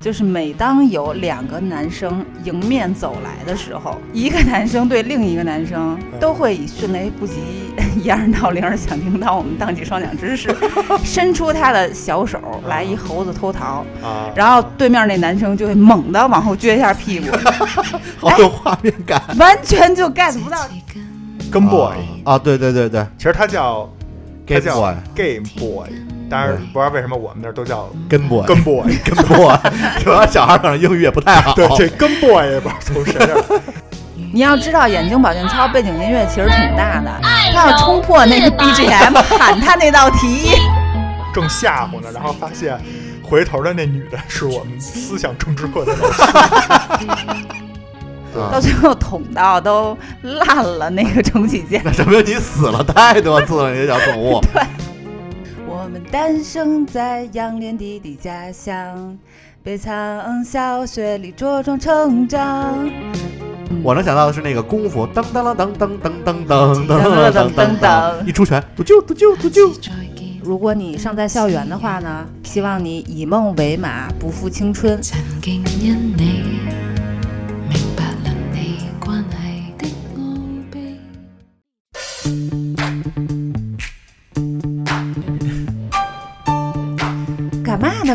就是每当有两个男生迎面走来的时候，一个男生对另一个男生都会以迅雷不及掩耳盗铃儿响叮当，我们荡起双桨之势，伸出他的小手来一猴子偷桃，啊，然后对面那男生就会猛地往后撅一下屁股，好有画面感，完全就 get 不到。跟 boy，啊！对对对对其实它叫它 Game 叫 Boy game boy，但是不知道为什么我们那儿都叫跟 boy 跟 boy。 跟 boy，主要小孩可能英语也不太好。对，这跟 boy 也不知道从谁那儿。你要知道，眼睛保健操背景音乐其实挺大的，他要冲破那个 BGM 喊他那道题。更吓唬呢，然后发现回头的那女的是我们思想政治课的老师。到啊，最后捅到都烂了那个蒸汽机。那证明你死了太多次了，你这小宠物。我们诞生在杨连弟弟家乡，北仓小学里茁壮成长。我能想到的是那个功夫，噔噔噔噔噔噔噔噔噔噔噔噔，一出拳，嘟啾嘟啾嘟啾，如果你尚在校园的话呢，希望你以梦为马，不负青春。曾經因你明白了你關係的奧秘。干嘛呢？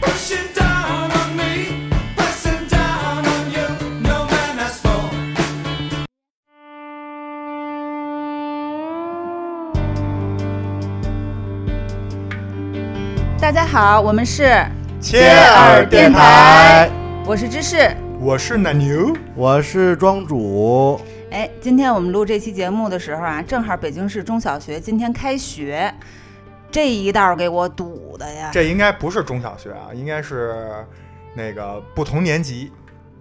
Pushing down on me, pressing down on you, no man has fallen. 大家好，我们是，切耳耳电电台台，我是芝士。我是奶牛。我是庄主，哎，今天我们录这期节目的时候啊，正好北京市中小学今天开学，这一道给我堵的呀！这应该不是中小学啊，应该是那个不同年级，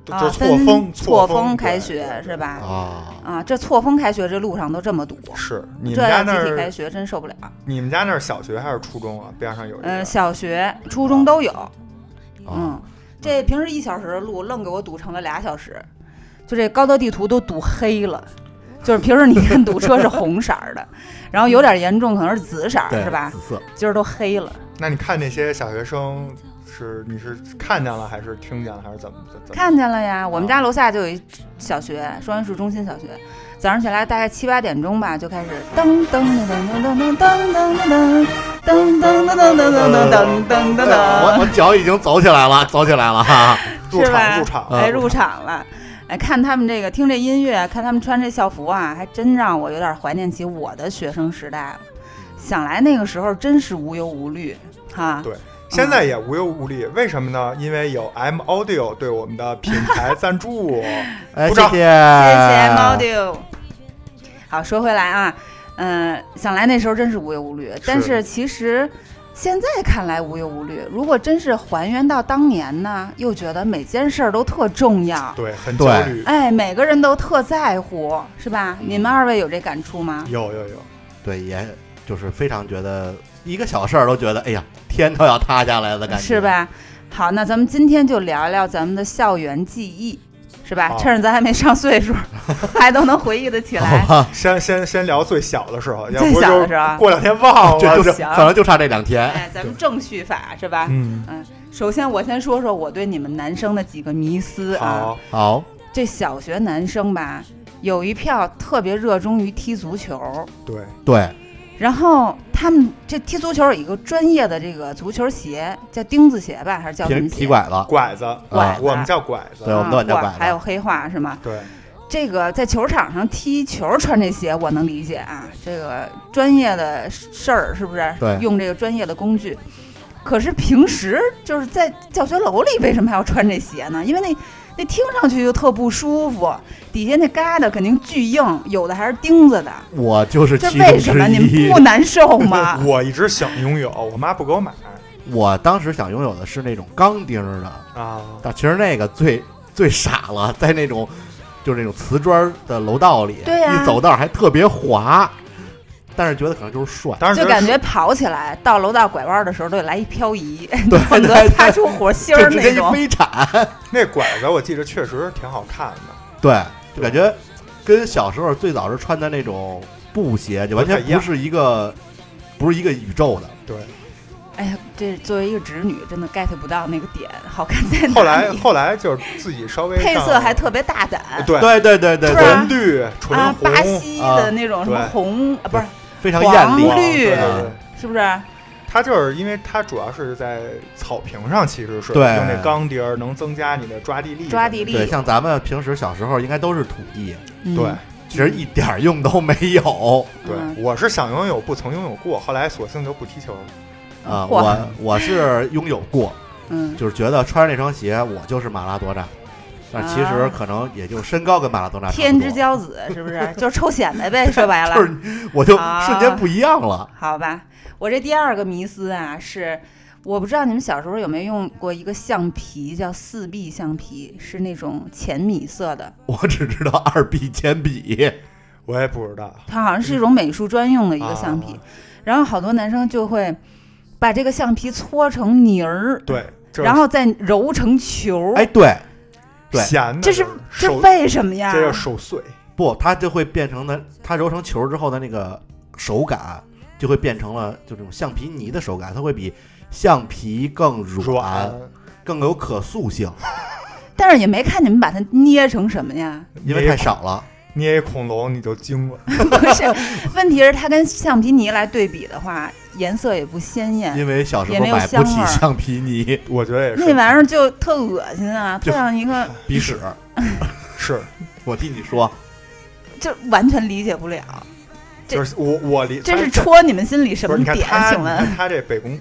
就啊就错峰分错峰峰开对学是吧？啊，啊，这错峰开学这路上都这么堵，是你这们家要那集体开儿，学真受不了。你们家那儿小学还是初中啊？边上有一嗯、个，小学、初中都有。啊嗯，这平时一小时的路，愣给我堵成了俩小时，就这高德地图都堵黑了。就是平时你看堵车是红色儿的，然后有点严重可能是紫色儿对，是吧？紫色，今儿都黑了。那你看那些小学生是你是看见了还是听见了还是怎么怎么？看见了呀，我们家楼下就有一小学，双榆树中心小学。早上起来大概七八点钟吧，就开始噔噔噔噔噔噔噔噔噔噔噔噔噔噔噔噔噔噔我噔我脚已经走起来了， 走起来了哈。入是吧场入场，呃哎，入场了。哎，看他们这个，听这音乐，看他们穿这校服啊，还真让我有点怀念起我的学生时代了。想来那个时候真是无忧无虑，哈。对现在也无忧无虑，为什么呢？因为有 M Audio 对我们的 品牌赞助。哎，鼓谢掌谢，谢谢谢猫谢。丢。好，说回来啊，嗯、想来那时候真是无忧无虑，但是其实现在看来无忧无虑，如果真是还原到当年呢，又觉得每件事儿都特重要，对，很对焦虑。哎，每个人都特在乎，是吧？你们二位有这感触吗？有有有，对，也就是非常觉得一个小事儿都觉得，哎呀，天都要塌下来的感觉，是？吧？好，那咱们今天就聊一聊咱们的校园记忆，是吧？好趁着咱还没上岁数，还都能回忆得起好来。吧，先先先聊最小的时候，要最不小就的时候过两天忘了。这就行可能就差这两天。哎，咱们正序法是吧？嗯，首先，我先说说我对你们男生的几个迷思啊。好，好，这小学男生吧，有一票特别热衷于踢足球，对，对，然后他们这踢足球有一个专业的这个足球鞋，叫钉子鞋吧，还是叫什踢么踢鞋？拐了，拐子，拐子啊我们叫拐对子。我们都管叫啊拐子还有黑化是吗？对，这个在球场上踢球穿这鞋，我能理解啊。这个专业的事儿是不是？对用这个专业的工具。可是平时就是在教学楼里，为什么还要穿这鞋呢？因为那那听上去就特不舒服，底下那疙瘩肯定巨硬，有的还是钉 子的。我就是这其中为什么之你们一不。难受 吗？我一直想拥有，我妈不给我买我当时想拥有的是那种钢钉儿的，啊。但其实那个最最傻了，在那种就是那种瓷砖的楼道里，对啊呀一走道还特别滑，但是觉得可能就是 帅。当然就这感觉跑起来到楼道拐弯的时候都得来一漂移， 对恨不对得对擦出火星就儿直接那一种。飞铲，那拐子我记着确实挺好看的， 对，就感觉跟小时候最早是穿的那种布鞋，就完全不太一不样是一个不是一个宇宙的。 对。哎呀，这作为一个直女，真的 get 不到那个点，好看在哪里？后来后来就是自己稍微配色上还特别大胆，对对对对对是对吧，纯绿纯啊，红，巴西的那种什么对红啊，不是，非常艳丽。黄绿啊对对对，是不是？它就是因为它主要是在草坪上，其实是对用那钢钉儿能增加你的抓地力。抓地力对，像咱们平时小时候应该都是土地，嗯对，其实一点儿用都没有对嗯，我是想拥有，不曾拥有过，后来索性就不踢球了。啊、嚯我我是拥有过，嗯，就是觉得穿上那双鞋，我就是马拉多纳，但其实啊可能也就身高跟马拉多纳差不多天之，骄子是不是？就是抽显摆 呗，说白了就。是我就啊瞬间不一样了。好吧，我这第二个迷思啊是，我不知道你们小时候有没有用过一个橡皮，叫四 B 橡皮，是那种浅米色的，我只知道二 B 铅笔，我也不知道，它好像是一种美术专用的一个橡皮，嗯啊然后好多男生就会把这个橡皮搓成泥儿，，对，这然后再揉成球，哎，，对，对闲的这是这手，为什么呀？这叫手碎，不，它就会变成的，它揉成球之后的那个手感就会变成了就这种橡皮泥的手感，它会比橡皮更软，软，更有可塑性，但是也没看你们把它捏成什么 呀？因为太少了。捏一恐龙你就 惊了。不是，问题是它跟橡皮泥来对比的话，颜色也不鲜艳，因为小时也候没有买不香起味儿橡皮泥、我觉得也那是，玩意儿就特恶心啊，就特让一个 鼻屎，是，我替你说，哦就完全理解不了，这就是我我理这是他戳你们心里什不么是你看点？他，请你问，看他这北工。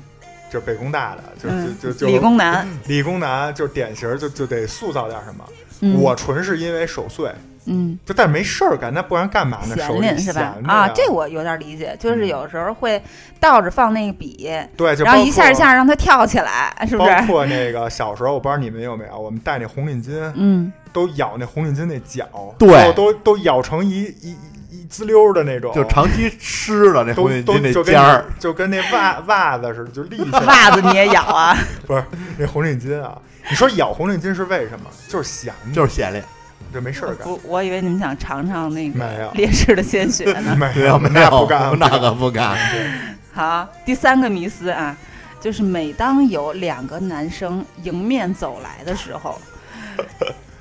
就是北工大的，就嗯就就，就理工男，理工男，就是典型儿就就得塑造点什么。嗯我纯是因为手碎，嗯，就但是没事儿干，那不然干嘛呢？手闲里练是吧闲？着啊，呀这我有点理解，就是有时候会倒着放那个笔，对，就然后包一下括一下让它跳起来，是不是？包括那个小时候，我不知道你们有没有，我们戴那红领巾，嗯，都咬那红领巾那角，对然后都都咬成一一一一滋溜儿的那种，就长期湿了那都红领都巾那就跟尖儿，你就跟那袜袜子似的，就立起来。 袜子你也咬啊？ 不是那红领巾啊，你说咬红领巾是为什么？就是闲着，就是闲 练。就没事儿干。我我以为你们想尝尝那个没有，烈士的鲜血呢。没有啊没那有，不干，那可 不敢。好，第三个迷思啊，就是每当有两个男生迎面走来的时 候，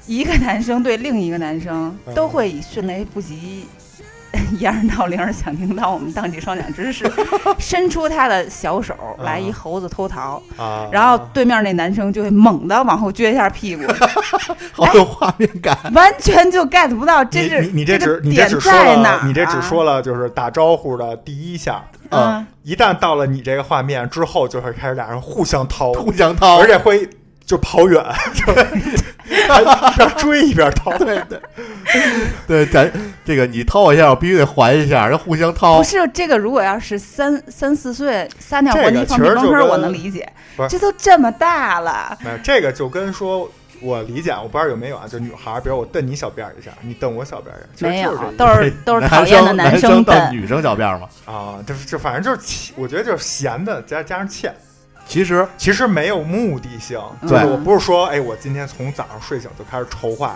一个男生对另一个男生都会以迅雷不及。掩耳盗铃儿，想听到我们荡起双桨之 势，伸出他的小手来一猴子偷桃，啊。然后对面那男生就会猛地往后撅一下屁股，好有画面感。完全就 get 不到，这你是你你这这个只你点只说在哪了儿你这只啊说啊了就是打招呼的第一下，嗯，一旦到了你这个画面之后，就会开始俩人互相 掏，互相掏，哦而且会就跑远，就一边追一边掏。对对 对，咱这个你掏我一下，我必须得还一下，要互相掏哦不。是这个，如果要是三三四岁撒尿这和个泥放其屁实光就坑儿，我跟能理解不是。这都这么大了， 没有这个就跟说，我理解，我不知道有没有啊，就女孩，比如我瞪你小辫儿一下，你瞪我小辫儿一下，其实没有就是这，意思都是都是讨厌的男生到笨。女生小辫儿嘛。啊，这这反正就是欠，我觉得就是闲的加加上欠，其实其实没有目的性，嗯就是我不是说，哎，我今天从早上睡醒就开始筹划。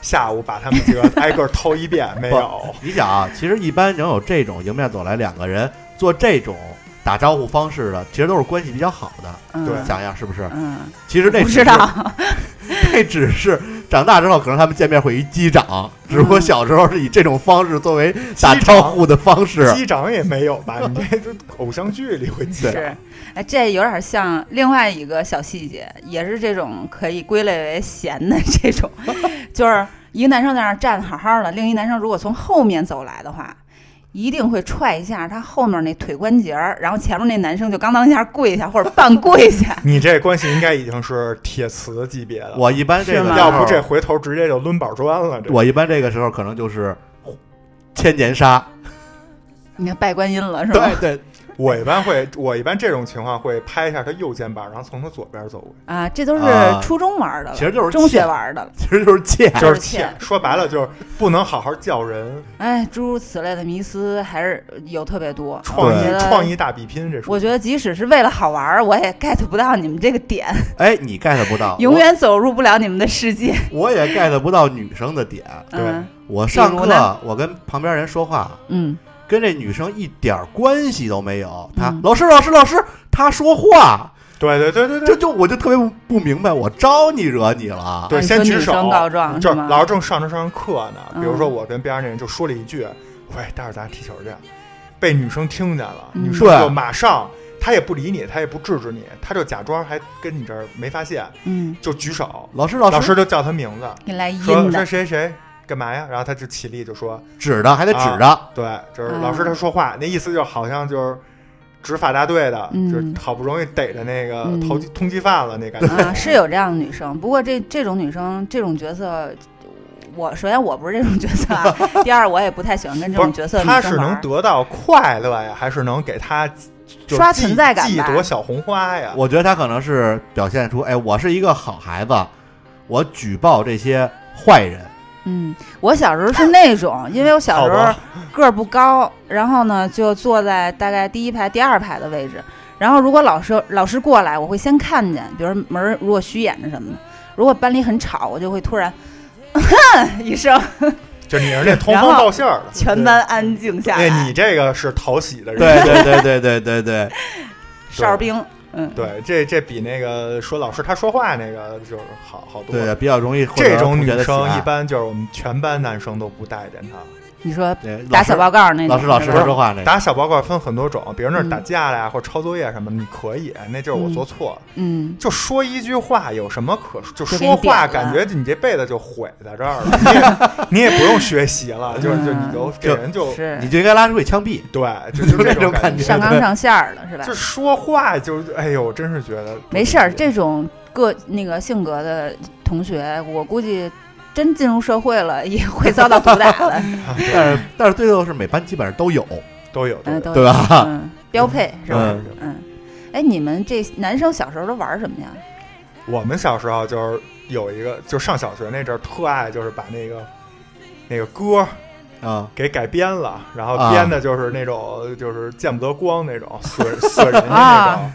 下午把他们几个挨个掏一遍，没有，你想啊，其实一般能有这种迎面走来两个人做这种打招呼方式的，其实都是关系比较好的。嗯对想想是不是？嗯，其实这不只知是道，这只是长大之后可能他们见面会一击掌，只不嗯过小时候是以这种方式作为打招呼的方式。机长也没有吧？你这都偶像剧里会机长是，哎，这有点像另外一个小细节，也是这种可以归类为闲的这 种，就是一个男生在那儿站得好好的，另一男生如果从后面走来的话。一定会踹一下他后面那腿关节儿，然后前面那男生就刚当一下跪下或者半跪下，你这关系应该已经是铁磁级别的了，我一般这是个吗要不这回头直接就抡板砖了。这我一般这个时候可能就是千年杀，你看拜观音了是吧？ 对对，我一般会，我一般这种情况会拍一下他右肩膀，然后从他左边走过去，啊，这都是啊初中玩的了，其实就是中学欠玩的了。其实就是贱，还是就是欠欠。说白了就是不能好好叫人，哎，诸如此类的迷思还是有特别多。创我觉意得创意大比拼，这我是觉得即使是为了好玩儿，我也 get 不到你们这个啊点，哎，你 get 不到，永远走入不了你们的世界。我我也 get 不到女生的点。对嗯我上比如呢课，我跟旁边人说话，嗯，跟这女生一点儿关系都没有。她、嗯老师，老师，老师，她说话，对对对对这对就我就特别不不明白，我招你惹你了？对，啊先你说举手女生告状，就是是吗老师正上着上着课呢，比如说嗯我跟边上那人就说了一句：“喂，待会儿咱踢球去。”被女生听见了，嗯女生对就马上，她也不理你，她也不制止你，她就假装还跟你这儿没发现，嗯，就举手，老师，老师，老师就叫她名字，给你来阴说说的，谁谁谁干嘛呀？然后她就起立就说指着还得指着，：“对，就是啊老师他说话，那意思就好像就是执法大队的，嗯就是好不容易逮着那个嗯投机通缉犯了那感觉。啊，是有这样的女生。不过这这种女生这种角色，我首先我不是这种角色 啊，第二我也不太喜欢跟这不种是角色的他女是生玩能儿。得到快乐呀，还是能给他就是刷寄存在感寄一吧朵小红花呀？我觉得她可能是表现出，哎，我是一个好孩子，我举报这些坏人。嗯，我小时候是那种，因为我小时好候吧个儿不高，然后呢就坐在大概第一排、第二排的位置。然后如果老师老师过来，我会先看见，比如门儿如果虚掩着什么的。如果班里很吵，我就会突然一声，就你是那通风然后报信儿的，全班安静下哎，来你。这个是讨喜的人。对对对对对对对，哨兵，嗯，对这这比那个说老师他说话那个就是好好多。对，比较容易获得这种同女学的喜生爱一般就是我们全班男生都不待见她。你说对打小报告那种，老师老师是她吧说话那个，打小报告分很多种，比如那嗯打架了呀，或者抄作业什么，你可以，那就是我做错了。嗯，就说一句话有什么可就就给说你点话，了感觉你这辈子就毁在这儿了，你也你也不用学习了，就是就你就这就人就。是你就应该拉出去枪毙。对，就就是这这种感感觉觉。上纲上线儿了，是吧就？说话就哎呦，我真是觉得没事儿，这种个那个性格的同学，我估计真进入社会了也会遭到毒打 的，嗯但是但是最后是每班基本上都有， 都有都嗯，有都对有吧嗯，标配是吧？嗯嗯，哎，你们这男生小时候都玩什么呀？我们小时候就是有一个，就上小学那阵儿特爱就是把那个那个歌啊，给改编了，然后啊编的就是那种就是见不得光那 种损损人的那种啊。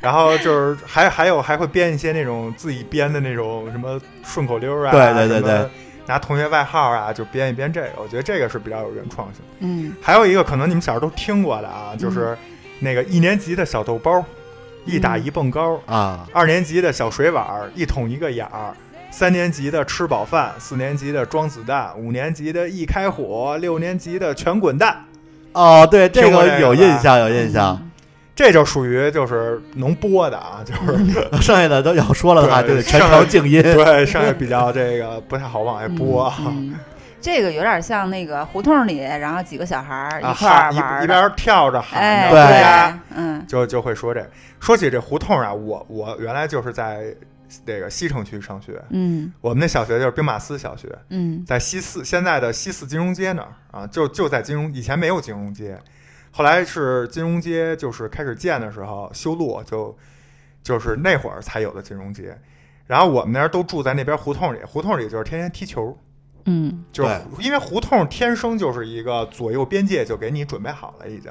然后就是还还有还会编一些那种自己编的那种什么顺口溜啊，对对对什么对，拿同学外号啊，就编一编这个，我觉得这个是比较有原创性的。嗯，还有一个可能你们小时候都听过的啊，嗯就是那个一年级的小豆包，一打一蹦高；啊，二年级的小水碗，一捅一个眼儿；三年级的吃饱饭，四年级的装子弹，五年级的一开火，六年级的全滚蛋。哦，对，这听过个这有个吧印象，有印象。嗯这就属于就是能播的啊， 就是 剩下的都要说了的话，就对得全程 静音。对上面比较这个不太好往外嗯播啊，嗯这个有点像那个胡同里，然后几个小孩儿啊块儿玩喊一儿一的，边跳着喊哎，着对回家。对，嗯就就会说这个。说起这胡同啊，我我原来就是在这个西城区上学，嗯我们那小学就是兵马司小学，嗯在西四现在的西四金融街那儿啊，就就在金融以前没有金融街，后来是金融街就是开始建的时候修路就就是那会儿才有的金融街。然后我们那儿都住在那边胡同里，胡同里就是天天踢球，嗯就是对因为胡同天生就是一个左右边界就给你准备好了已经，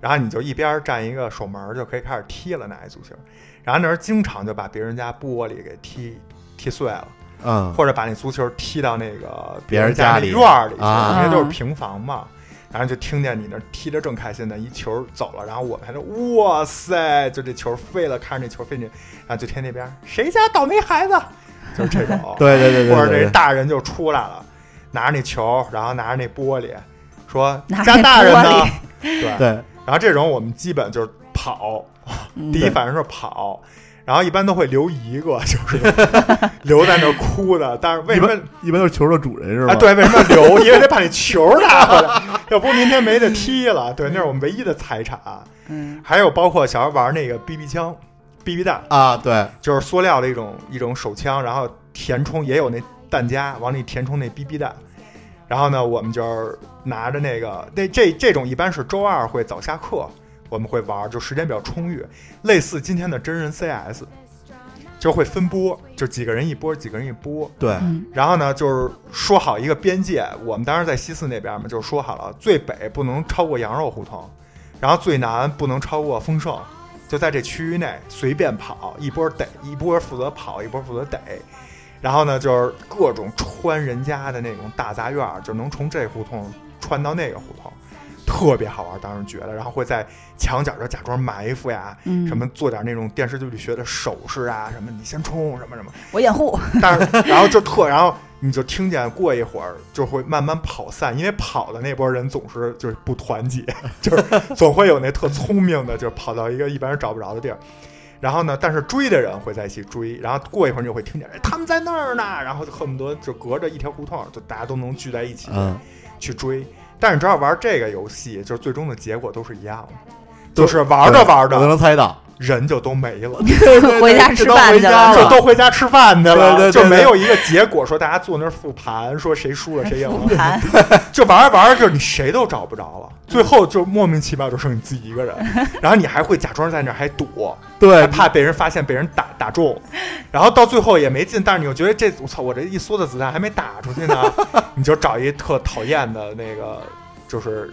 然后你就一边站一个守门儿就可以开始踢了那一足球，然后那人经常就把别人家玻璃给踢踢碎了，嗯，或者把那足球踢到那个别人家家那里院儿里去，啊因为都是平房嘛。然后就听见你那踢得正开心呢，一球走了，然后我们还说哇塞，就这球飞了，看着那球飞进，然后就听那边谁家倒霉孩子，就是这种。对 对对对对或者对这对，大人就出来了，拿着那球，然后拿着那玻璃，说拿着家那大人玻呢璃？ 对，对然后这种我们基本就是跑，嗯，第一反应是跑，然后一般都会留一个， 就是留在那儿哭的。但是为一什么般一般都是球的主人是吧？啊？，对，为什么要留？因为得把那球拿回来，要不明天没得踢了。对，那是我们唯一的财产。啊嗯还有包括小时候玩那个 BB 枪、BB 弹，啊，对，就是塑料的一种一种手枪，然后填充也有那弹夹，往里填充那 BB 弹。然后呢，我们就是拿着那个那这这种一般是周二会早下课我们会玩，就时间比较充裕，类似今天的真人 CS，就会分波，就几个人一波，几个人一波。对，嗯然后呢，就是说好一个边界，我们当时在西四那边嘛，就是说好了，最北不能超过羊肉胡同，然后最南不能超过丰盛，就在这区域内随便跑，一波逮，一波负责跑，一波负责逮。然后呢，就是各种穿人家的那种大杂院儿，就能从这胡同穿到那个胡同，特别好玩。当时觉得，然后会在墙角这假装埋伏呀，嗯，什么做点那种电视剧里学的手势啊，什么你先冲什么什么。嗯我掩 护，但是然后就特，然后你就听见过一会儿就会慢慢跑散，因为跑的那波人总是就是不团结， 就是总会有那特聪明的，就是跑到一个一般人找不着的地儿。然后呢，但是追的人会在一起追，然后过一会儿你就会听见、哎、他们在那儿呢，然后就恨不得就隔着一条胡同，就大家都能聚在一起嗯，去追。但是你知道玩这个游戏，就是最终的结果都是一样的，都就是玩着玩我都着能猜 到，人就都没了。回家吃饭去了，这就都回家吃饭去了，对对对对就没有一个结果说大家坐那儿复盘，说谁 输了谁赢复了，盘，嗯就玩着玩着就是你谁都找不着了，最后就莫名其妙就剩你自己一个 人，然后你还会假装在那儿还躲，还对，怕被人发现被人打打中，然后到最后也没进，但是你又觉得这我操我这一梭子子弹还没打出去 呢，你就找一特讨厌的那个就是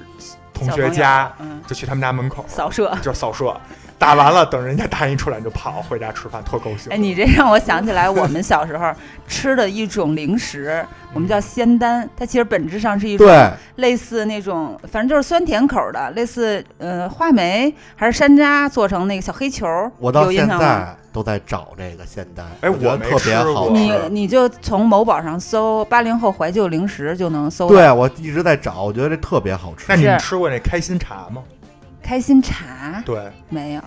同学家小，朋友，嗯，就去他们家门口扫射。就扫射，打完了等人家打人一出来你就跑回家吃饭，特高兴。哎，你这让我想起来我们小时候吃的一种零食，我们叫仙丹，它其实本质上是一种对，类似那种，反正就是酸甜口的，类似呃话梅还是山楂做成那个小黑球儿，我到有印现象吗？在都在找这个仙丹，哎我觉我得没特别吃好过你吃。你就从某宝上搜“八零后怀旧零食”就能搜到对，我一直在找，我觉得这特别好吃那。你们是吃过那开心茶吗？开心茶对，没有？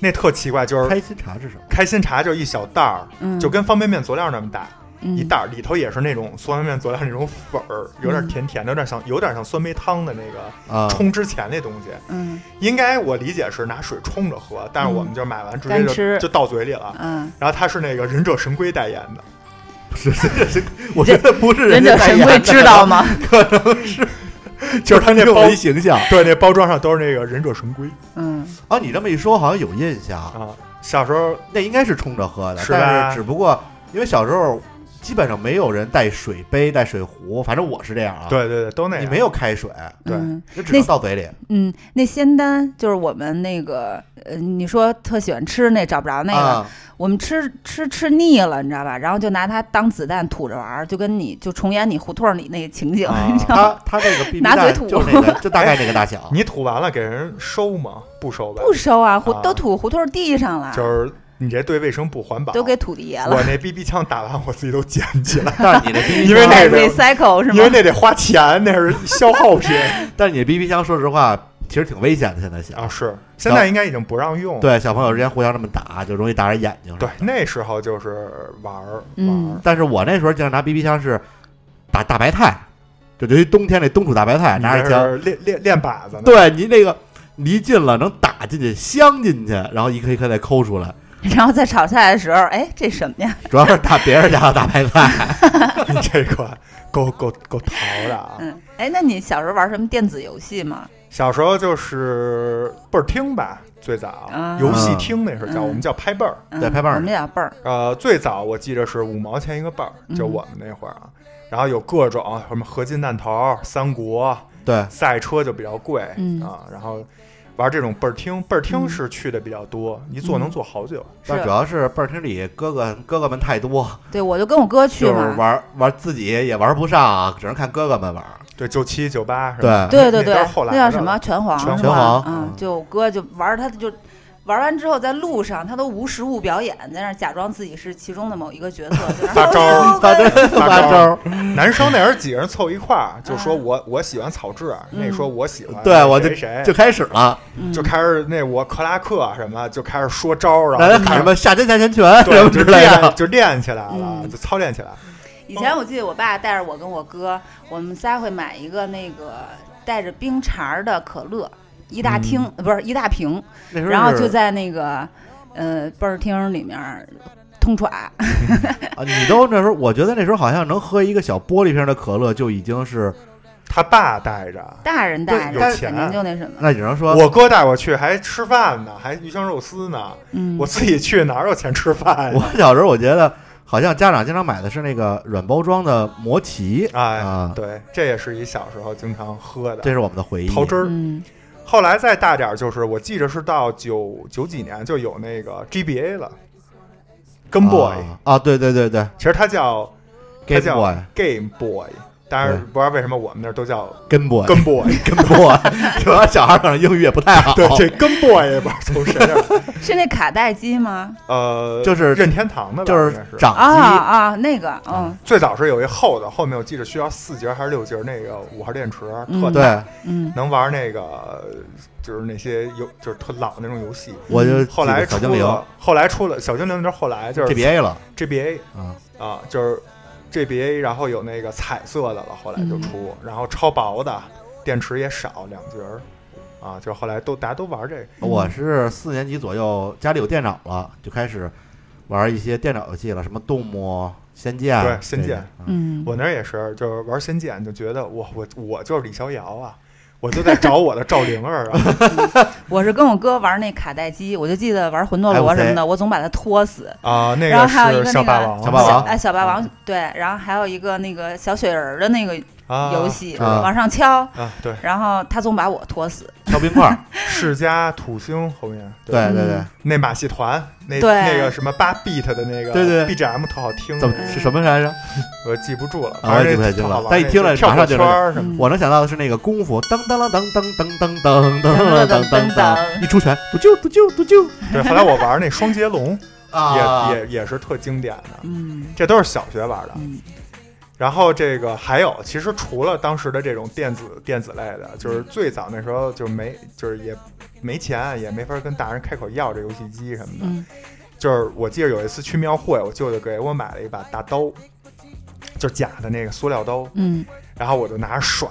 那特奇怪，就是开心茶是什么？开心茶就一小袋儿，嗯，就跟方便面佐料那么大，嗯一袋儿里头也是那种方便面佐料那种粉儿，有点甜甜的，有点像有点像酸梅汤的那个啊，冲之前那东西。嗯应该我理解是拿水冲着喝，但是我们就买完直接干吃就就倒嘴里了。嗯，然后它是那个忍者神龟代言的，是是是， 我觉得不是忍者家代神言龟的知道吗？ 就是它那用 包为形象对，那包装上都是那个忍者神龟嗯，啊。你这么一说，好像有印象，啊。小时候那应该是冲着喝的，是吧但是只不过因为小时候基本上没有人带水杯、带水壶，反正我是这样啊。，对对对都那样，你没有开水，对嗯就只能到嘴里。嗯，那仙丹就是我们那个，呃，你说特喜欢吃那找不着那个，啊，我们吃吃吃腻了，你知道吧？然后就拿它当子弹吐着玩儿，就跟你就重演你胡同里那个情景，啊你知道它吗？它这个 BB 拿嘴弹吐就是那个，就大概那个大小。 你吐完了给人收吗？不收呗，不收啊，胡啊都吐胡同地上了，就是你这对卫生不环保，啊都给土地爷了我。那 BB 枪打完我自己都捡起来，但是你的 BB 因为枪那哎个 recycle 是因为吗？那得花钱，那是消耗品 但是你的 BB 枪，说实话，其实挺危险的。现在啊。想，是，现在应该已经不让用。对小朋友之间互相这么打，就容易打人眼睛。对，那时候就是玩儿玩嗯儿，但是我那时候经常拿 BB 枪是打大白菜，就尤其冬天那冬储大白菜，拿你着这枪，是练练练靶子呢。对你那个离近了能打进去、镶进去，然后一颗一颗再抠出 来。然后在炒菜的时候，哎，这什么呀？主要是打别人家的大白菜， 你这个够够够淘的啊！嗯，哎，那你小时候玩什么电子游戏吗？小时候就是倍儿厅吧，最早啊游戏厅那时候叫嗯我们叫拍倍儿。嗯、对拍棒儿我们也叫倍儿，呃，最早我记得是五毛钱一个瓣儿，就嗯我们那会儿啊。然后有各种什么合金弹头、三国、对，赛车就比较贵、嗯啊。然后玩这种倍儿厅，倍儿厅嗯是去的比较多，一坐能坐好久。但主是要是倍儿厅里哥哥哥哥们太多，对，我就跟我哥去就是嘛。玩玩自己也玩不上，只能看哥哥们玩。对，九七九八是吧？对对，对啊那对都是，后来那叫的什么拳皇？拳是吧嗯皇嗯，就我哥就玩儿，他就玩完之后在路上，他都无实物表演，在那儿假装自己是其中的某一个角色，就发招儿儿。发招发发招招，男生那时候几个人凑一块儿，就说嗯我我喜欢草雉，那说我喜欢对我谁谁就开始了，嗯就开始那我克拉克什么就开始说招儿，然大后家就喊开什始么下肩下前拳什么对，之就类练的。就练起来了，嗯就操练起来。以前我记得我爸带着我跟我哥，我们仨会买一个那个带着冰碴儿的可乐，一嗯大听、呃不是一大瓶，那时候然后就是在那个呃倍儿厅里面儿通喘。啊，你都那时候，我觉得那时候好像能喝一个小玻璃瓶的可乐就已经是他爸带着，大人带着对有肯钱定就那什么，那有人说，我哥带我去还吃饭呢，还鱼香肉丝呢，嗯，我自己去哪有钱吃饭啊 我呀？小时候我觉得好像家长经常买的是那个软包装的魔奇哎啊，，对，这也是一小时候经常喝这的是我们的回忆。桃汁儿。嗯后来再大点儿，就是我记着是到九九几年就有那个 GBA 了，Game Boy，、啊啊，对对对对其实它叫它，Game 叫 Boy、 Game Boy，但是对哎不知道为什么我们那儿都叫 Game Boy、 Game Boy。 Game Boy，主要小孩可能英语也不太 好。对，这 Game Boy 也不知道从谁那 儿，是那卡带机吗？呃，就是任天堂的吧，就应是该是掌啊机，啊，那个，嗯最早是有一厚的，后面我记得需要四节还是六节那个五号电池，嗯特对，嗯，能玩那个就是那些游就是特老那种游戏。我就嗯后来记得小出精灵了，后来出了小精灵，就是后来就是 GBA 了 GBA 啊，啊，就是 GBA，然后有那个彩色的了，后来就出，嗯然后超薄的，电池也少，两节儿啊，就后来都大家都玩这个。我是四年级左右家里有电脑了，就开始玩一些电脑游戏了，什么动物、仙剑，对仙剑这个，嗯，我那儿也是，就是玩《仙剑》，就觉得我我我就是李逍遥啊，我就在找我的赵灵儿啊。 我是跟我哥玩那卡带机，我就记得玩魂斗罗 FC 什么的，我总把它拖死。啊，那然后个还有一个是那小霸个王，哎小霸王嗯哎，小霸王对，然后还有一个那个小雪人儿的那个啊游戏，啊往上敲，啊，对，然后他总把我拖死。敲冰 块儿，世家土星后面对对对，那马戏团，那对那个什么八 beat 的那个，对对 BGM 特好听，怎么是什么来着？我记不住了，啊我反也记正这不太特清好了玩但一那听了跳马上火就圈是儿什么嗯我能想到的是那个功夫，噔噔噔噔噔噔噔噔噔噔噔噔，一出拳，嘟啾嘟啾嘟啾的。对，后来我玩那双截龙，啊，也也也是特经典的，嗯这都是小学玩的。嗯然后这个还有，其实除了当时的这种电子电子类的，就是最早那时候就没，就是也没钱，也没法跟大人开口要这游戏机什么的。嗯就是我记得有一次去庙会，我舅舅给我买了一把大刀，就是假的那个塑料刀，嗯，然后我就拿着耍，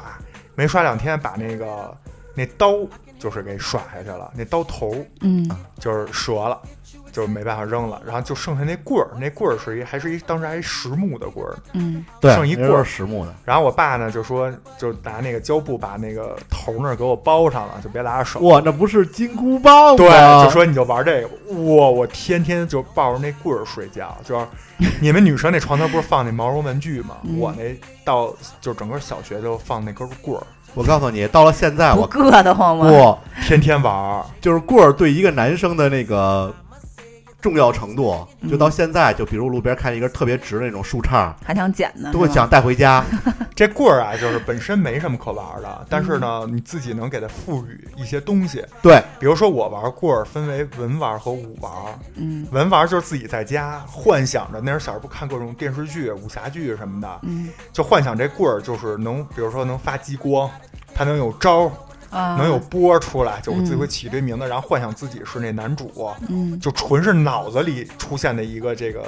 没耍两天，把那个那刀就是给甩下去了，那刀头嗯啊就是折了，就没办法扔了，然后就剩下那棍儿，那棍儿是一还是一当时还一实木的棍儿，嗯对，剩一那棍都儿是实木的，然后我爸呢就说，就拿那个胶布把那个头那儿给我包上了，就别拉着手。哇，那不是金箍棒吗？对，就说你就玩这个，哇！我天天就抱着那棍儿睡觉，就是你们女生那床头不是放那毛绒玩具吗？嗯我那到就整个小学就放那根棍儿，我告诉你，到了现在不啊我硌得慌吗？不天天玩儿。就是棍儿对一个男生的那个重要程度，就到现在，就比如路边看一根特别直的那种树杈，还想捡呢，都会是吧想带回家。这棍儿啊，就是本身没什么可玩的，但是呢，你自己能给它赋予一些东西。对，比如说我玩棍儿分为文玩和武玩，嗯文玩就是自己在家幻想着，那时候小时候不看各种电视剧、武侠剧什么的，嗯就幻想这棍儿就是能，比如说能发激光，它能有招儿，啊，能有波出来，就我自己嗯会起这名字，然后幻想自己是那男主，嗯就纯是脑子里出现的一个这个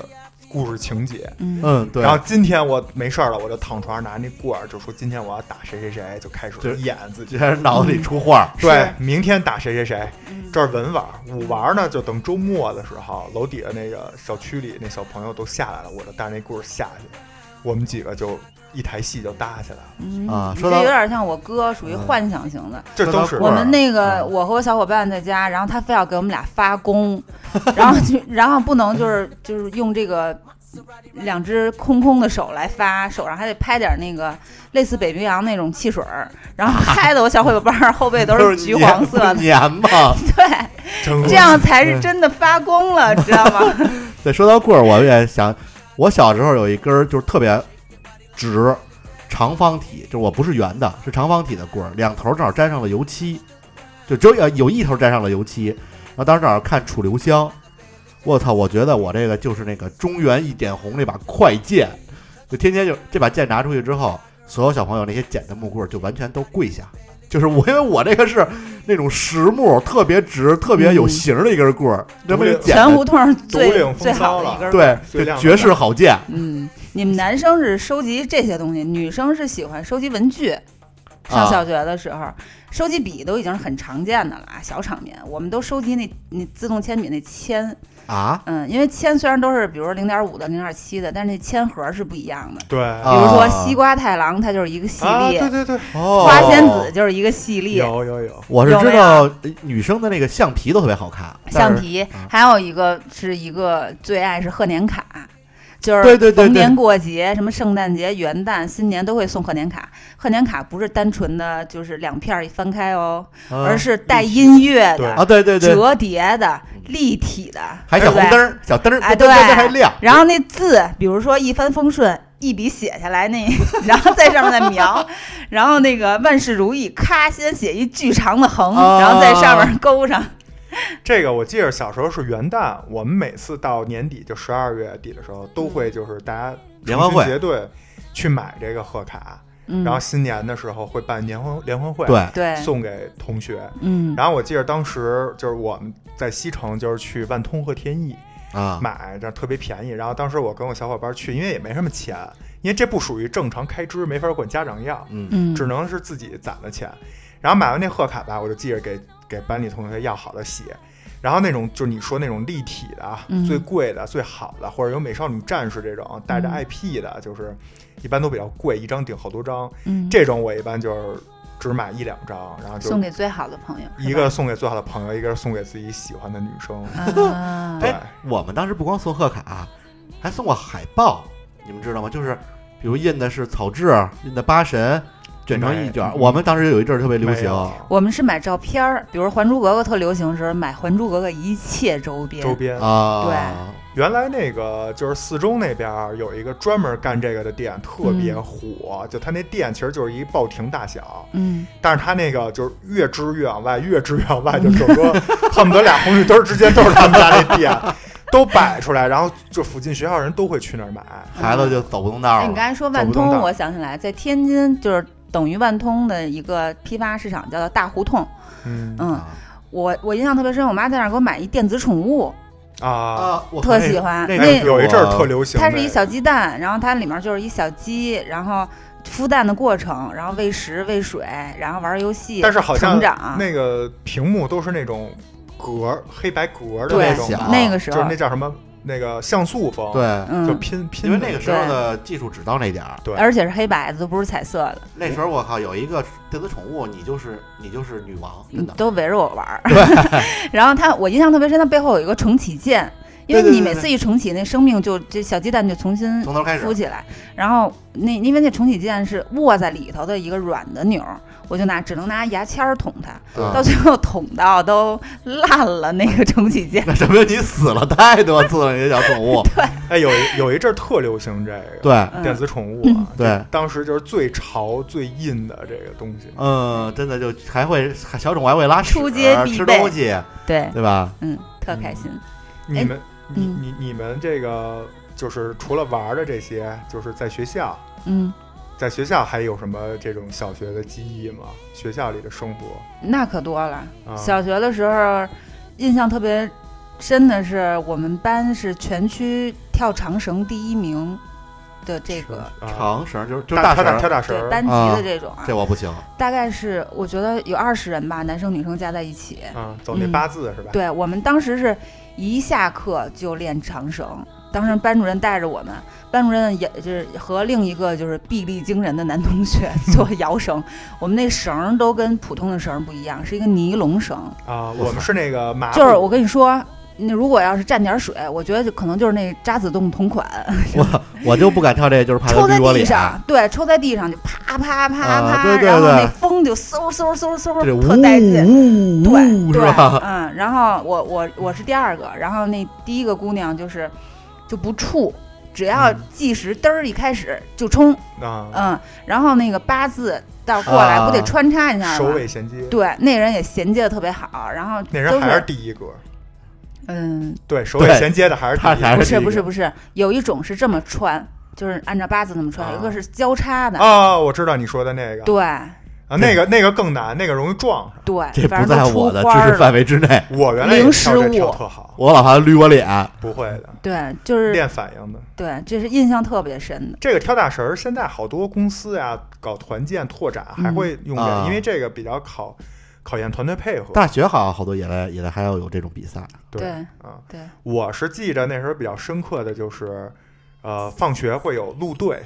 故事情节。嗯嗯，对然。后今天我没事儿了，我就躺床上拿那棍儿，就说今天我要打谁谁谁，就开始就是演自己就。开始脑子里出画儿，对，明天打谁谁谁，嗯这是文玩儿，武玩儿呢，就等周末的时候，楼底下那个小区里那小朋友都下来了，我就带着那棍儿下去，我们几个就一台戏就搭起来了，嗯啊你说这到有点像我哥，属于幻想型的。这都是说到我棍儿们那个，嗯我和我小伙伴在家，然后他非要给我们俩发功，然后就然后不能就是就是用这个两只空空的手来发，手上还得拍点那个类似北冰洋那种汽水儿，然 后拍的我小伙伴儿后背都就是橘黄色的，粘嘛。对，真恶这心样才嗯是真的发功了，知道 吗？对，说到棍儿，我也想，我小时候有一根儿就是特别直，长方体，就是我不是圆的，是长方体的棍儿，两头儿正好沾上了油漆，就只有呃有一头沾上了油漆。然后当时正好看《楚留香》，我操，我觉得我这个就是那个中原一点红那把快剑，就天天就这把剑拿出去之后，所有小朋友那些捡的木棍儿就完全都跪下。就是我，因为我这个是那种实木，特别直、特别有嗯型儿的一根棍儿，那么独立全捡的胡同儿独最领最风骚好的了一根儿。对，最就亮的绝世好剑。啊嗯，你们男生是收集这些东西，女生是喜欢收集文具。上小学的时候，收集笔都已经是很常见的了啊，小场面，我们都收集那那自动铅笔那铅，啊，嗯，因为铅虽然都是比如说零点五的、零点七的，但是那铅盒是不一样的。对比啊，如说西瓜太郎，它就是一个系列；对对对，哦，花仙子就是一个系列。有有有，我是有知没道呃女生的那个橡皮都特别好看，橡皮嗯，还有一个是一个最爱是贺年卡，就是对对对逢对年过节，什么圣诞节、元旦、新年都会送贺年卡。贺年卡不是单纯的就是两片儿一翻开哦，嗯而是带音乐对的、啊，对对对，折叠的、立体的，还小对不红对灯儿，小灯儿，哎噔噔噔对噔还亮，然后那字，比如说一帆风顺，一笔写下来那， 然后在上面再描，然后那个万事如意，咔先写一巨长的横，啊然后在上面勾上。这个我记着小时候是元旦，我们每次到年底就十二月底的时候，都会就是大家联欢会成群结队去买这个贺卡，嗯，然后新年的时候会办联欢联欢会，对，对，送给同学。嗯，然后我记得当时就是我们在西城，就是去万通和天意啊，买，这特别便宜。然后当时我跟我小伙伴去，因为也没什么钱，因为这不属于正常开支，没法管家长要。嗯，嗯只能是自己攒的钱。然后买完那贺卡吧，我就记着给给班里同学要好的写。然后那种就是你说那种立体的啊，嗯最贵的、最好的，或者有美少女战士这种带着 IP 的，就是一般都比较贵，一张顶好多张。嗯这种我一般就是只买一两张，然后就送给最好的朋友，一个送给最好的朋友，一个送给自己喜欢的女 生。是吧。啊 哎对，我们当时不光送贺卡，还送过海报，你们知道吗？就是比如印的是草雉，印的八神，卷成一卷儿。没我们当时有一阵儿特别流没行，啊有我们是买照片儿，比如《还珠格格》特流行的时候，买《还珠格格》一切周边。周边啊，对原来那个就是四中那边儿有一个专门干这个的店，特别火。就他那店其实就是一报亭大小，嗯，但是他那个就是越支越往外，越支越往外，就整 个恨不得俩红绿灯儿之间都是他们家那店，都摆出来，然后就附近学校人都会去那儿买。孩子就走不动道哎，儿你刚了。啊才说万走不通，动道我想起来，在天津就是等于万通的一个批发市场，叫做大胡同。嗯嗯，啊我我印象特别深，我妈在那儿给我买一电子宠物，啊，啊，我特喜欢。那哎哦那有一阵儿特流行那它个，是一小鸡蛋，然后它里面就是一小鸡，然后孵蛋的过程，然后喂食、喂水，然后玩游戏，但是好像成长。那个屏幕都是那种格儿黑白格儿的对那种，小那个时啊就是候那，叫什么那个像素风，，对，就嗯，拼拼因为那的个时候的技术只到那点儿。对，而且是黑白的，都不是彩色的，那时候我靠，有一个电子宠物，你就是你就是女王，真的。都围着我玩儿。 然后它，我印象特别深，它背后有一个重启键，因为对对你对每对次一重启，那生命就这小鸡蛋就重新从头开始孵起来。然后那因为那重启键是握在里头的一个软的钮儿，我就拿只能拿牙签儿捅它，对到最后捅到都烂了那个重启键。那证明你死了太多次了，你的小 宠物。哎，有一有一阵儿特流行这个，对，嗯电子宠物啊，对这当时就是最潮最印的这个东西。嗯，真的就还会还小宠物还会拉屎出街必备吃东西，对，对吧？嗯，特开心。你们，你嗯你你们这个就是除了玩儿的这些，就是在学校，嗯，在学校还有什么这种小学的记忆吗？学校里的生活那可多了。啊，小学的时候，印象特别深的是，我们班是全区跳长绳第一名的这个。啊长绳就是就是大绳跳儿，大对绳班级啊的这种啊，这我不行。大概是我觉得有二十人吧，男生女生加在一起。啊，走嗯那八字是吧？对我们当时是一下课就练长绳，当时班主任带着我们，班主任也就是和另一个就是臂力惊人的男同学做摇绳，我们那绳儿都跟普通的绳儿不一样，是一个尼龙绳，啊，我 们是那个麻布，就是我跟你说。那如果要是蘸点水，我觉得就可能就是那渣滓洞同款，我我就不敢跳这个，就是怕它抽在捋我地脸。上，对，抽在地上就啪啪啪啪，啊对对然后对那风就嗖嗖嗖嗖，这特带劲。呜对呜是对吧？，嗯，然后我我我是第二个，然后那第一个姑娘就是就不怵，只要嗯计时嘚儿一开始就冲，啊，嗯，然后那个八字到过来啊不得穿插一下首吗？尾衔接，对，那人也衔接的特别好，然后那都人还是是第一个，嗯，对，首尾对衔接的还是他第一才个不是是不是不是，有一种是这么穿，就是按照八字那么穿，有一啊个是交叉的，哦啊，我知道你说的那个，对，啊，那个那个更难，那个容易撞上。对， 这反不正在都出我的花知儿识了范围之内。我原来也零跳这失跳误特好，我老怕他捋我脸，不会的，对，就是练反应的。对，这是印象特别深的。这个跳大神儿，现在好多公司呀，搞团建拓展嗯还会用这个，啊因为这个比较考考验团队配合。大学好像好多也来也来还要有这种比赛，对啊，对，我是记着那时候比较深刻的就是，呃，放学会有路队，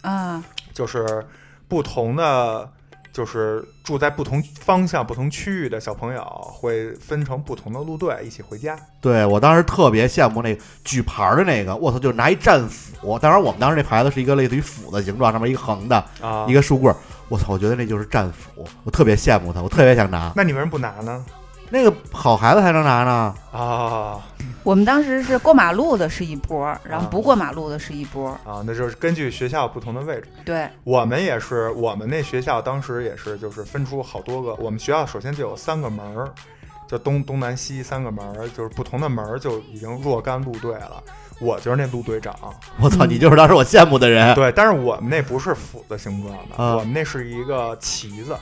啊，就是不同的，就是住在不同方向、不同区域的小朋友会分成不同的路队一起回家。对我当时特别羡慕那个举牌儿的那个，我操，就拿一战斧。当然，我们当时那牌子是一个类似于斧的形状，上面一个横的，啊一个树棍儿。我操，我觉得那就是战斧，我特别羡慕他，我特别想拿。那你为什么不拿呢？那个好孩子才能拿呢，啊我们当时是过马路的是一波，然后啊不过马路的是一波。啊，那就是根据学校不同的位置。对，我们也是，我们那学校当时也是，就是分出好多个。我们学校首先就有三个门儿，就东东南西三个门儿，就是不同的门儿就已经若干路队了。我就是那路队长，我操，你就是当时我羡慕的嗯人。对，但是我们那不是斧子形状的，啊我们那是一个旗子，啊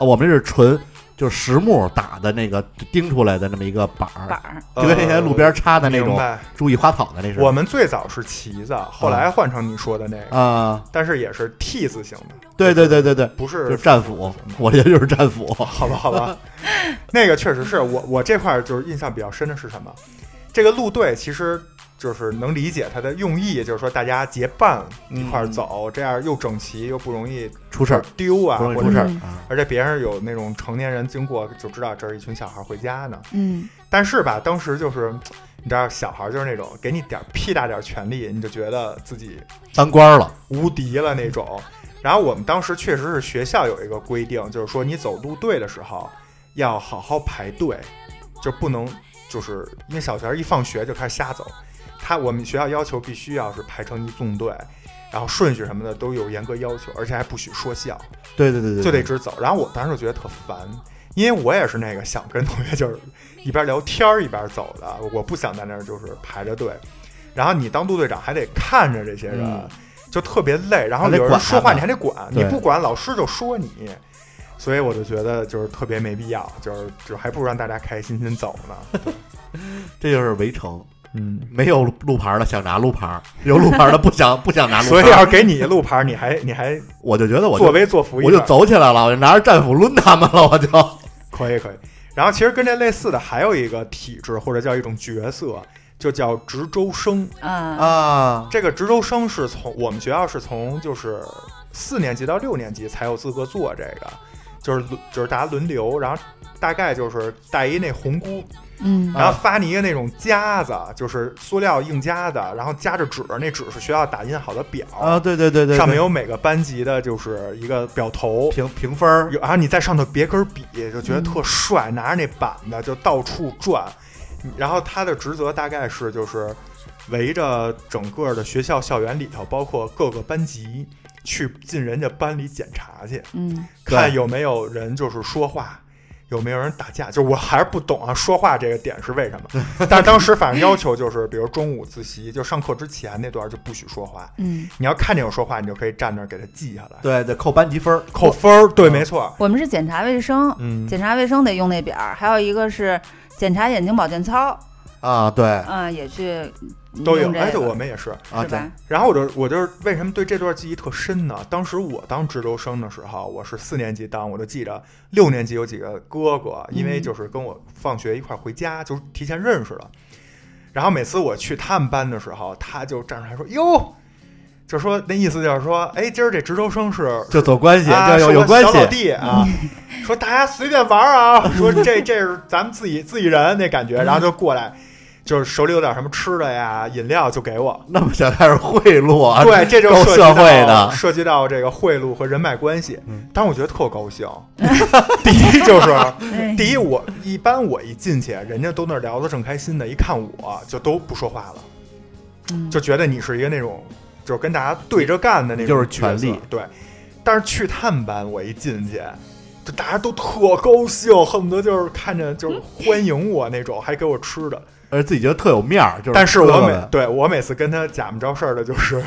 我们这是纯就是实木打的那个钉出来的那么一个板板儿，儿，就跟那些路边插的那呃明种白注意花草的那是。嗯我们最早是旗子，后来换成你说的那个，啊，但是也是 T 字形的，对对对对对，不就是是战斧，我这就是战斧。好吧，好 吧，那个确实是我我这块儿就是印象比较深的是什么？这个路队其实就是能理解它的用意，就是说大家结伴一块儿走，这样又整齐又不容易出嗯事儿，丢啊，不容易或出者事儿嗯啊！而且别人有那种成年人经过就知道这是一群小孩回家呢。嗯，但是吧，当时就是。你知道，小孩就是那种给你点儿屁大点儿权利，你就觉得自己当官儿了，无敌了那种。然后我们当时确实是学校有一个规定，就是说你走路队的时候要好好排队，就不能就是因为小学一放学就开始瞎走。他我们学校要求必须要是排成一纵队，然后顺序什么的都有严格要求，而且还不许说笑，对对对对，就得对直走。然后我当时就觉得特烦，因为我也是那个想跟同学就是一边聊天儿一边走的，我不想在那儿就是排着队。然后你当路队长还得看着这些人，嗯就特别累。然后还得有人管他说话们你还得管，你对不管老师就说你。所以我就觉得就是特别没必要，就是就还不如让大家开开心心走 呢。这就是围城，嗯，没有路牌儿的想拿路牌儿，有路牌儿的不想不想拿路所以牌要儿。是给你一路牌儿，你还你还我就觉得我作就威作福一我就点儿走起来了，我就拿着战斧抡他们了，我就可以可以。然后其实跟这类似的还有一个体制或者叫一种角色，就叫值周生。 啊，啊，这个值周生是从我们学校是从就是四年级到六年级才有资格做这个，就是轮就是大家轮流，然后大概就是带一那红箍，啊嗯，然后发你一个那种夹子，就是塑料硬夹子，然后夹着纸，那纸是学校打印好的表，啊，对对对对，对上面有每个班级的就是一个表头。评评分儿有，然后你在上头别根笔，就觉得特帅，拿着那板子就到处转。然后他的职责大概是就是围着整个的学校校园里头，包括各个班级去进人家班里检查去，嗯，对看有没有人就是说话。有没有人打架？就是我还是不懂啊，说话这个点是为什么？但是当时反正要求就是，比如中午自习就上课之前那段就不许说话，嗯，你要看见有说话，你就可以站那儿给他记下来，对对，扣班级分儿，扣分儿。对，没错儿。我们是检查卫生，嗯，检查卫生得用那表儿，还有一个是检查眼睛保健操，啊，对嗯、也去都有用，这哎，对，个我们也是。啊，是对吧？然后我就我就是为什么对这段记忆特深呢？当时我当值周生的时候，我是四年级当，我就记着六年级有几个哥哥，因为就是跟我放学一块儿回家，就是提前认识了。然后每次我去他们班的时候，他就站出来说：“哟，就说那意思就是说，哎，今儿这值周生是就走关系，啊，这有是有我关小老系，嗯弟啊， 说大家随便玩儿啊， 说这这是咱们自己自己人那感觉，然后嗯就过来，就是手里有点什么吃的呀、饮料就给我。那么想开始贿赂啊，对，这就够涉及社会到的涉及到这个贿赂和人脉关系嗯。但是我觉得特高 兴。第一就是，哎第一我一般我一进去，人家都那儿聊得正开心的，一看我就都不说话了，嗯就觉得你是一个那种就是跟大家对着干的那种就是权力角色对。但是去他们班，我一进去。就大家都特高兴，恨不得就是看着就是欢迎我那种，还给我吃的。而自己觉得特有面儿，就是但是哥我哥每们对我每次跟他假模着事儿的，就是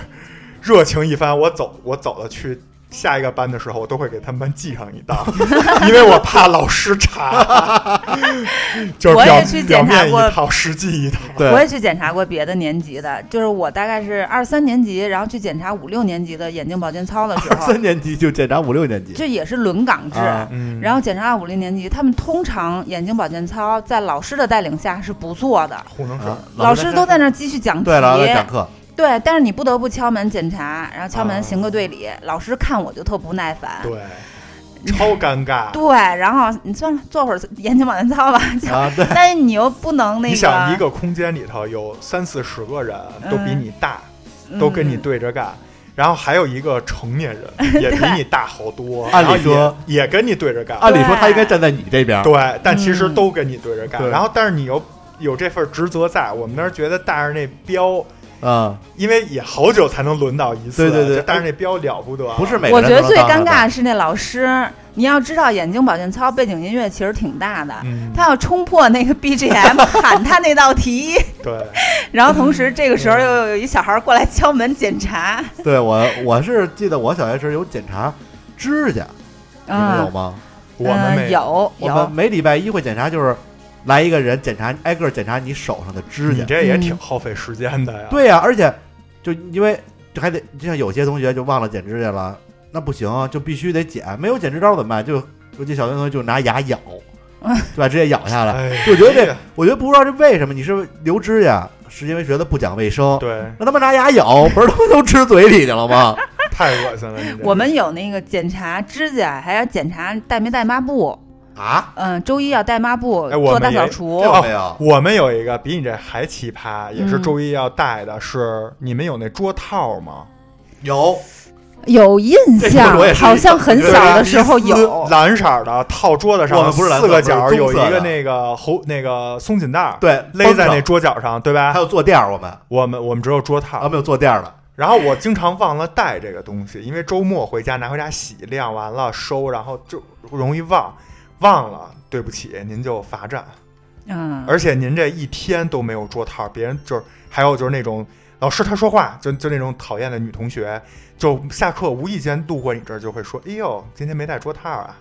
热情一番，我走我走了去下一个班的时候，我都会给他们班记上一道， 因为我怕老师查， 就是哎我表也去表检查面一过套，实际一套。对我也去检查过别的年级的，就是我大概是二三年级，然后去检查五六年级的眼睛保健操的时二候，三年级就检查五六年级，这也是轮岗制。啊嗯，然后检查到五六年级，他们通常眼睛保健操在老师的带领下是不做的，糊弄事儿啊，老师都在那儿继续讲题。对老师在讲课，对但是你不得不敲门检查，然后敲啊门行个对礼，老师看我就特不耐烦。对，超尴尬。对，然后你算了，做会儿眼睛保健操吧。 就啊，对，但是你又不能那个，你想一个空间里头有三四十个人，都比你大，都跟你嗯对着干。然后还有一个成年人也比你大好多，按理然后也说也跟你对着干，按理说他应该站在你这边，对，但其实都跟你对着干。对然后但是你又有这份职责在，我们那儿觉得带着那标，嗯，因为也好久才能轮到一次，对对对就带着那标了不得，不是每个我人觉得都能最当尴尬上班的是那老师，你要知道眼睛保健操背景音乐其实挺大的，嗯，他要冲破那个 BGM 喊他那道题，对，然后同时这个时候又有一小孩过来敲门检查，对我我是记得我小学时有检查指甲，你们有嗯，吗？我们嗯没有我们有，每礼拜一会检查，就是来一个人检查，挨个检查你手上的指你甲。这也挺耗费时间的呀。嗯对呀、而且就因为就还得，就像有些同学就忘了剪指甲了，那不行、啊，就必须得剪。没有剪指刀怎么办？就尤其小学同学就拿牙 咬，对吧？直接咬下来。哎，我觉得这这，我觉得不知道这为什么，你是留指甲是因为觉得不讲卫生？对那他妈拿牙咬，不是他妈都吃嘴里去了吗？太恶心了。你这我们有那个检查指甲，还要检查带没带抹布， 啊，嗯，周一要带抹布哎我做们大也扫除这，没有，我们有一个比你这还奇葩，也是嗯周一要带的是，你们有那桌套吗？有有印这个象我也，是好像很小的时候对有，蓝色的套桌子我上，们不是蓝色四个角我们是有棕一色个的那个猴那个松紧带儿对勒在那绷桌角上，对上还吧？有坐垫儿，我们我们我们只有桌啊套，没有坐垫儿的，然后我经常忘了带这个东西，因为周末回家拿回家洗晾完了收，然后就容易忘，忘了对不起您就罚站，嗯，而且您这一天都没有桌套，别人就是还有就是那种老师他说话就就那种讨厌的女同学，就下课无意间路过你这儿就会说，哎呦今天没带桌套啊，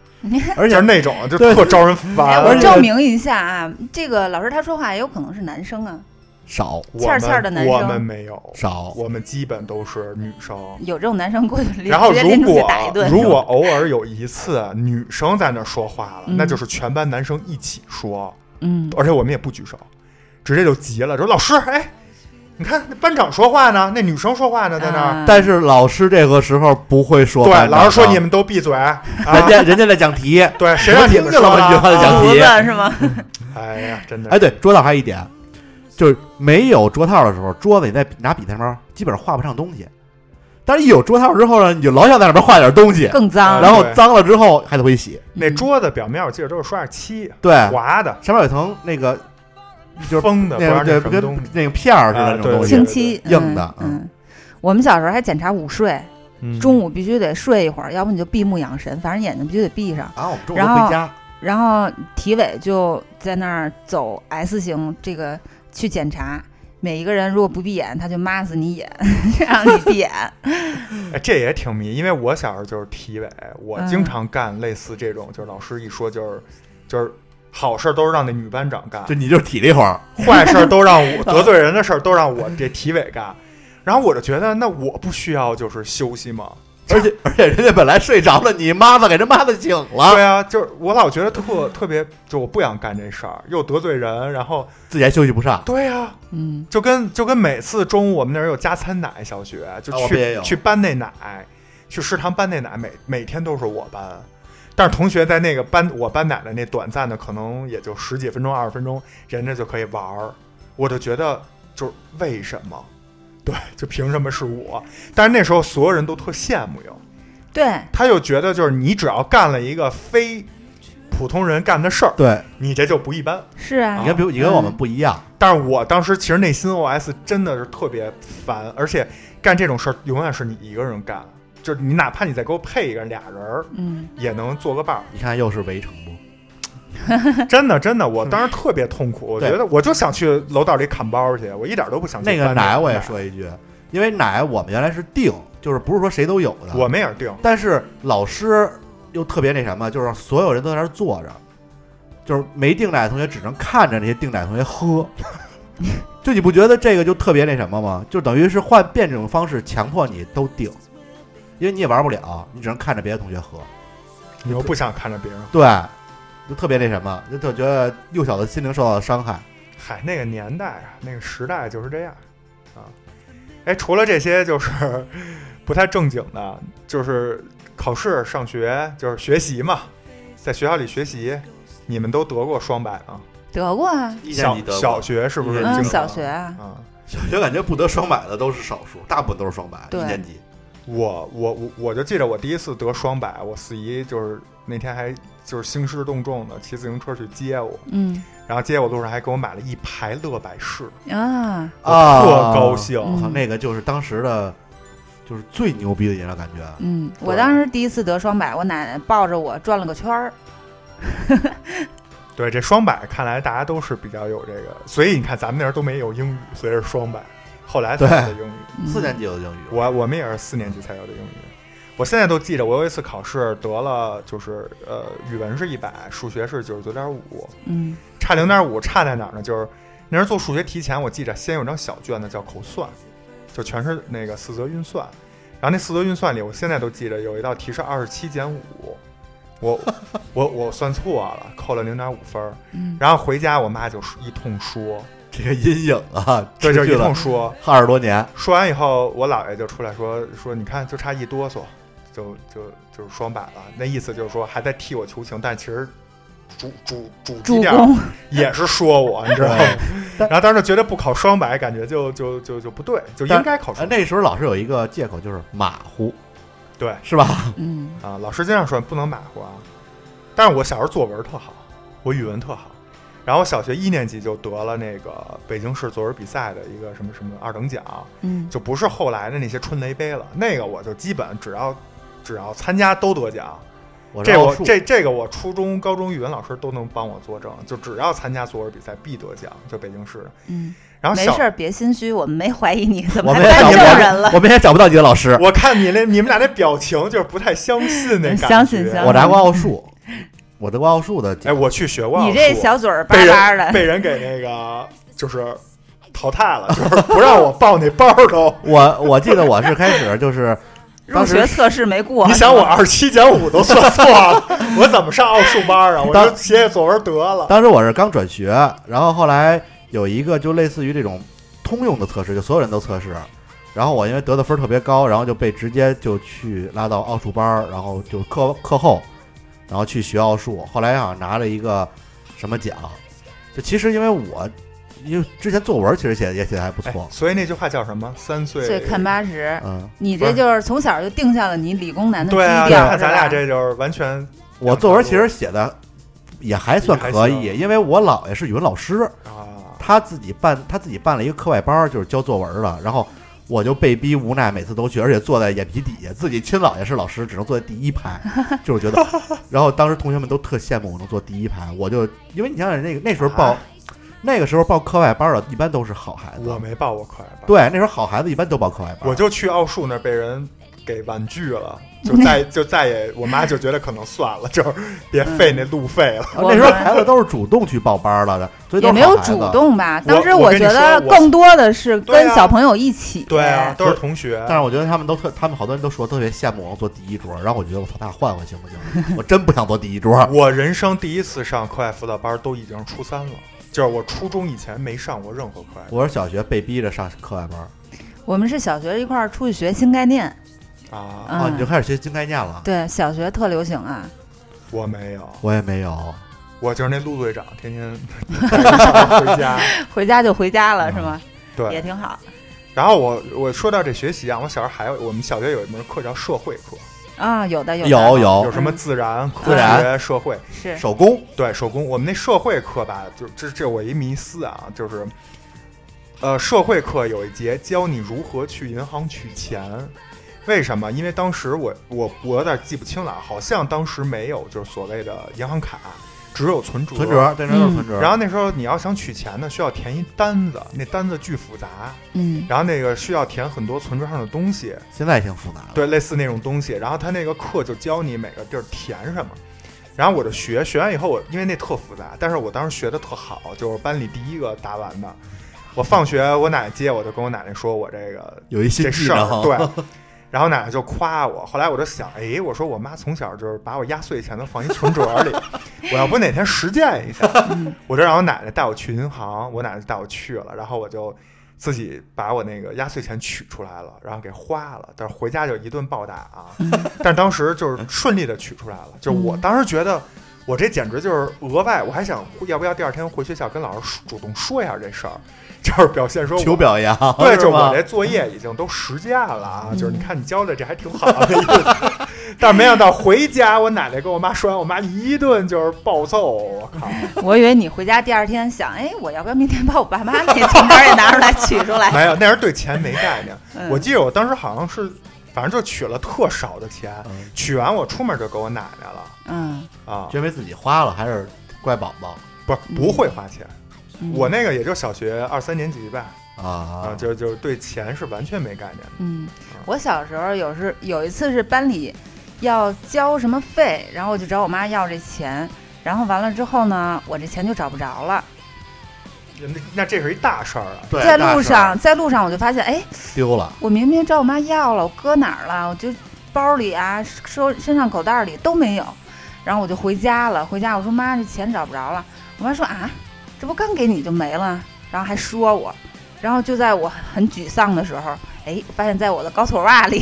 而就且是那种就对特招人哎，烦。我而且证明一下啊，这个老师他说话也有可能是男生啊，少我欠儿们的男生我们没有，少，我们基本都是女生。有这种男生过去拎然后直接如拎出去果打一顿，如果偶尔有一次女生在那儿说话了，嗯那就是全班男生一起说，嗯，而且我们也不举手，直接就急了，说老师，哎，你看那班长说话呢，那女生说话呢，在那儿。啊但是老师这个时候不会说对，班长老师说的你们都闭 嘴啊！人家人家在讲 题，对，谁让你我们听见说了吗你这话在讲啊胡题子是吗？哎呀，真的，哎，对，桌套还有一点，就是没有桌套的时候，桌子你在拿笔在那边基本上画不上东西。但是一有桌套之后呢，你就老想在上面画点东西，更脏。嗯然后对脏了之后还得会洗。那桌子表面我记得都是刷点漆，对，滑的，上面有一层那个就是封的，不知道那那个什哎对么东跟西。那个片儿似的那种啊东对西清。漆对硬的嗯。嗯我们小时候还检查午睡，嗯中午必须得睡一会儿，要不你就闭目养神，反正眼睛必须得闭上。啊，我们中午然都后回家，然后体委就在那儿走 S 型这个去检查，每一个人如果不闭眼，他就抹死你眼， 让你闭眼。哎，这也挺迷，因为我小时候就是体委，我嗯经常干类似这种，就是老师一说就是就是好事儿都让那女班长干，就你就体力活儿，坏事儿都让我得罪人的事儿都让我这体委 干，然后我就觉得那我不需要就是休息吗？而且而且人家本来睡着了，你妈子给人妈子醒了，对啊，就是我老觉得特特别，就我不想干这事儿，又得罪人，然后自己还休息不上。对啊，嗯，就跟就跟每次中午我们那儿有加餐奶，小学就啊我们也去、有去搬那奶，去食堂搬那奶，每每天都是我搬。但是同学在那个搬我搬奶的那短暂的，可能也就十几分钟、二十分钟，人家就可以玩儿，我就觉得就是为什么？对，就凭什么是我？但是那时候所有人都特羡慕哟，对，他就觉得就是你只要干了一个非普通人干的事儿，对，嗯你这就不一般。是啊。哦你跟比如你跟我们不一样，但是我当时其实内心 OS 真的是特别烦，而且干这种事儿永远是你一个人干，就是你哪怕你再给我配一个俩人儿，嗯，也能做个伴 儿。你看又是围城不？真的真的，我当时特别痛苦，我 对觉得我就想去啊楼道里砍包去，我一点都不想去那个搬奶我也，说一句，因为奶我们原来是定，就是不是说谁都有的。我们也是定，但是老师又特别那什么，就是所有人都在那儿坐着，就是没订奶的同学只能看着那些订奶的同学喝。 就你不觉得这个就特别那什么吗？就等于是换变这种方式强迫你都订，因为你也玩不了，你只能看着别的同学喝。你又不想看着别人。对，就特别那什么，就就觉得幼小的心灵受到了伤害。嗨，那个年代啊，那个时代就是这样啊。哎，除了这些就是不太正经的，就是考试、上学，就是学习嘛，在学校里学习。你们都得过双百吗？得过啊，一年小级得过小学是不是一经嗯，常？年级小学啊，啊，小学感觉不得双百的都是少数，大部分都是双百。对一年级我我我我就记着我第一次得双百，我四姨就是那天还就是兴师动众的骑自行车去接我，嗯然后接我路上还给我买了一排乐百氏，啊，啊，特高兴。我操，嗯那个就是当时的，就是最牛逼的饮料感觉。嗯，我对当时第一次得双百，我奶奶抱着我转了个圈儿， 对，这双百看来大家都是比较有这个，所以你看咱们那儿都没有英语，所以是双百，后来才有的英语。嗯四年级有英语，我我们也是四年级才有的英语。我现在都记着，我有一次考试得了，就是呃，语文是一百，数学是九十九点五，嗯差零点五差在哪儿呢？就是那时候做数学题前，我记着先有张小卷子叫口算，就全是那个四则运算。然后那四则运算里，我现在都记着有一道题是二十七减五，我我我算错了，扣了零点五分儿。嗯，然后回家，我妈就一通说，这个阴影啊，对，就持是续一了通说。 二十多年。说完以后，我姥爷就出来说说，你看就差一哆嗦，就就就是双百了。那意思就是说还在替我求情，但其实主主主基助调攻， 也是说我，你知道吗对？然后当时就觉得不考双百，感觉就就就就不对，就应该考呃双百。那时候老师有一个借口就是马虎，对是吧？嗯啊，老师经常说不能马虎啊。但是我小时候作文特好，我语文特好，然后我小学一年级就得了那个北京市作文比赛的一个什么什么二等奖，嗯就不是后来的那些春雷杯了。那个我就基本只要只要参加都得奖。我这绕我树这这个我初中、高中语文老师都能帮我作证，就只要参加作文比赛必得奖，就北京市的。嗯，然后没啊小事儿，别心虚，我们没怀疑你，怎我么们还搬也找不证到人了？我们也找不到你的老师。 我看你那你们俩那表情就是不太相信那感觉。相信相信我拿过奥数，我得过奥数的。。哎，我去学过奥数。你这小嘴儿巴被巴人的，被人给那个就是淘汰了，就是不让我报那包都 我我记得我是开始就是入当时学测试没过。你想我二十七减五都算错 了，我怎么上奥数班啊？我就当写写作文得了。当时我是刚转学，然后后来有一个就类似于这种通用的测试，就所有人都测试。然后我因为得的分儿特别高，然后就被直接就去拉到奥数班儿，然后就课课后，然后去学奥数。后来好像拿了一个什么奖，就其实因为我因为之前作文其实写的也写的还不哎错，所以那句话叫什么？三岁岁看八十，嗯，你这就是从小就定下了你理工男的基对啊，调，你看咱俩是吧这就是完全我作文其实写的也还算可也还以，行因为我姥爷是语文老师，啊，他自己办他自己办了一个课外班儿，就是教作文儿的。然后我就被逼无奈，每次都去，而且坐在眼皮底下，自己亲姥爷是老师，只能坐在第一 排，就是觉得。然后当时同学们都特羡慕我能坐第一排，我就因为你想想那个那时候报、啊那个时候报课外班儿的，一般都是好孩子我。没报过课外班，对，那时候好孩子一般都报课外班儿。我就去奥数那儿被人给婉拒了，就再就再也，我妈就觉得可能算了，就是别费那路费了。然后那时候孩子都是主动去报班儿了的，所以都也是没好有孩子主。动吧。我当时我跟觉你得说我更多的是对跟啊小朋友一起。对啊，都是同学但。是我觉得他们都特，他们好多人都说特别羡慕我能坐第一桌，然后我觉得我操，那换换行不行？我 真不想坐第一桌。我人生第一次上课外辅导班都已经初三了，就是我初中以前没上过任何课外我是小学被逼着上课外班儿我们是小学一块儿出去学新概念，班啊，啊，你就嗯，开始学新概念了。对，小学特流行啊。我没有，我也没有，我就是那陆队长，天天带着他回家。回家就回家了，是吗？也嗯对，挺好然后我我说到这学习啊，我小时候还有我们小学有一门课叫社会课，啊，有的有的有有有什么哦自然、科自然学、社会。是手工对手工，我们那社会课吧，就这这我一迷思啊，就是，呃，社会课有一节教你如何去银行取钱，为什么？因为当时我我我有点记不清了，好像当时没有就是所谓的银行卡，只有存折。存折，这时候就是嗯存折。然后那时候你要想取钱呢，需要填一单子，那单子巨复杂，嗯 然后那个需要填很多存折上的东西，现在挺复杂的，对，类似那种东西。然后他那个课就教你每个地儿填什么。然后我就学，学完以后我因为那特复杂，但是我当时学的特好，就是班里第一个答完的。我放学我奶奶接我，就跟我奶奶说我这个有一新这技事儿啊 能，，对。然后奶奶就夸我，后来我就想，哎，我说我妈从小就是把我压岁钱都放一存折里， 我要不哪天实践一下， 我就让我奶奶带我去银行，我奶奶就带我去了，然后我就自己把我那个压岁钱取出来了，然后给花了，但是回家就一顿暴打啊，但是当时就是顺利的取出来了，就我当时觉得我这简直就是额外，我还想要不要第二天回学校跟老师主动说一下这事儿， 就是表现说我求表扬， 对， 是就吧我这作业已经都实践了啊，就是你看你教的这还挺好的意思，但是没想到回家我奶奶跟我妈说完，我妈一顿就是暴揍我，我靠！我以为你回家第二天想，哎，我要不要明天把我爸妈那存折也拿出来取出来？没有，那时候对钱没概念，哎嗯 我记得我当时好像是，反正就取了特少的钱，嗯取完我出门就给我奶奶了嗯啊，真为自己花了，还是怪宝宝不是不会花钱，嗯我那个也就小学二三年级吧，啊，啊？就就对钱是完全没概念的。嗯，我小时候有时有一次是班里要交什么费，然后我就找我妈要这钱，然后完了之后呢，我这钱就找不着了。那那这是一大事儿啊，对，在大路事儿上，在路上我就发现，哎，丢了，我明明找我妈要了，我搁哪儿了？我就包里啊，收身上口袋里都没有。然后我就回家了，回家我说妈，这钱找不着了。我妈说啊，这不刚给你就没了，然后还说我。然后就在我很沮丧的时候，哎，发现在我的高筒袜 里，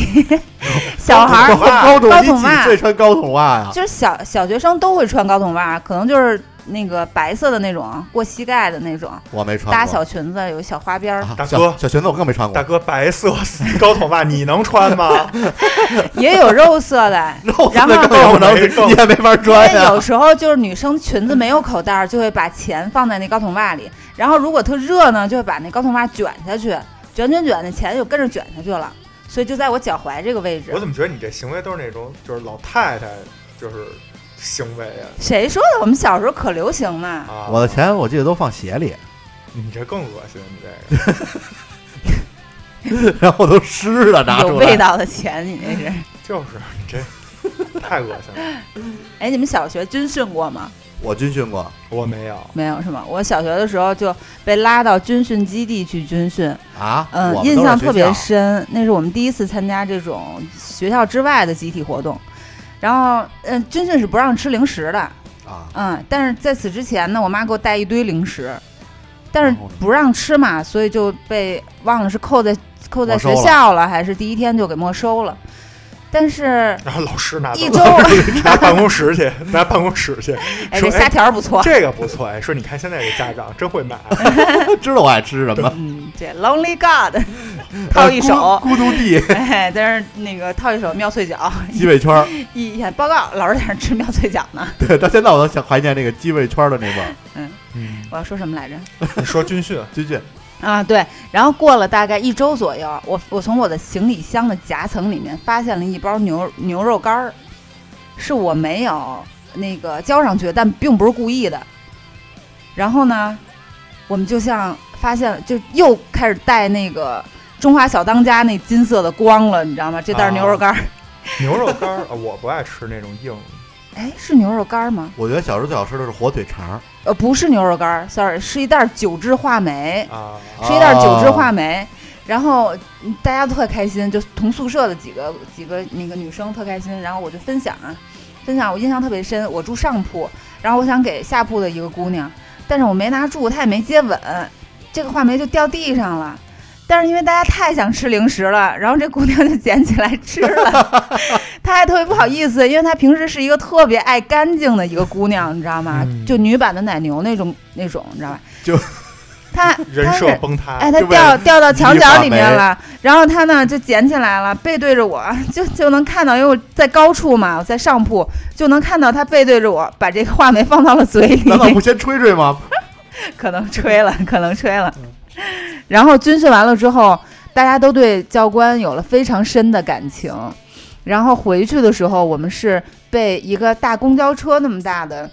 小孩儿啊高筒高你筒几袜岁穿高筒袜呀？就是小小学生都会穿高筒袜，可能就是那个白色的那种，过膝盖的那种，我没穿过，搭小裙子，有一小花边 儿，啊大小哥小裙子我更没穿大过，哥，白色 高筒袜你能穿吗？也有肉色的，肉然后那更不能没够你也没法因穿为有呀。时候就是女生裙子没有口袋儿，就会把钱放在那高筒袜里，然后如果特热呢，就会把那高筒袜卷下去，卷卷卷，那钱就跟着卷下去了，所以就在我脚踝这个位置我。怎么觉得你这行为都是那种就是老太太就是行为啊？谁说的？我们小时候可流行了，啊 我的，钱我记得都放鞋里， 你这更恶心，你这个然后都湿了，拿有出味来。道的钱，你那是。就是你这太恶心了。哎，你们小学军训过吗？我军训过我没有，没有是吗？我小学的时候就被拉到军训基地去军训，啊，嗯我，们印都是象学特别校深，那是我们第一次参加这种学校之外的集体活动。然后，嗯，军训是不让吃零食的，啊。 嗯，但是在此之前呢，我妈给我带一堆零食，但是然后呢不让吃嘛，所以就被忘了是扣在扣在没收学校了，还是第一天就给没收了。但是然后老师拿一走周啊了， 拿办公室 去，拿办公室去，哎，说这虾条不错，这个不错哎，说你看现在这家长真会 买，知道我爱吃什么，嗯，这 Lonely God 套一手呃孤孤独地 哎，但是那个套一手妙脆角，鸡尾圈儿， 一眼报告，老师在那吃妙脆角呢。对，到现在我都想怀念那个鸡尾圈儿的那味儿。嗯，我要说什么来着？你说军训，军训啊，对，然后过了大概一周左右，我我从我的行李箱的夹层里面发现了一包牛牛肉干儿，是我没有那个交上去，但并不是故意的。然后呢，我们就像发现了，就又开始带那个中华小当家那金色的光了，你知道吗？这袋牛肉干儿，牛肉干 儿，啊我不爱吃那种硬，哎、是牛肉干儿吗？我觉得小时候最好吃的是火腿肠儿，呃，不是牛肉干儿，sorry，是一袋九汁话梅。啊，吃一袋九汁话哦梅，然后嗯大家都特开心，就同宿舍的几个几个那个女生特开心，然后我就分享啊，分享我印象特别深，我住上铺，然后我想给下铺的一个姑娘，但是我没拿住，她也没接吻，这个话梅就掉地上了。但是因为大家太想吃零食了，然后这姑娘就捡起来吃了， 她还特别不好意思，因为她平时是一个特别爱干净的一个姑娘，你知道吗？嗯就女版的奶牛那种那种，你知道吧？就她 人她设是崩塌，哎，它就为掉了掉到墙一角把里面煤了，然后它呢就捡起来了，背对着我，就就能看到，因为我在高处嘛，我在上铺就能看到它背对着我，把这个话梅放到了嘴 难道里，不先吹 吹吗？可能吹了，可能吹了。嗯 然后军训完了之后，大家都对教官有了非常深的感情。然后回去的时候，我们是被一个大公交车那么大的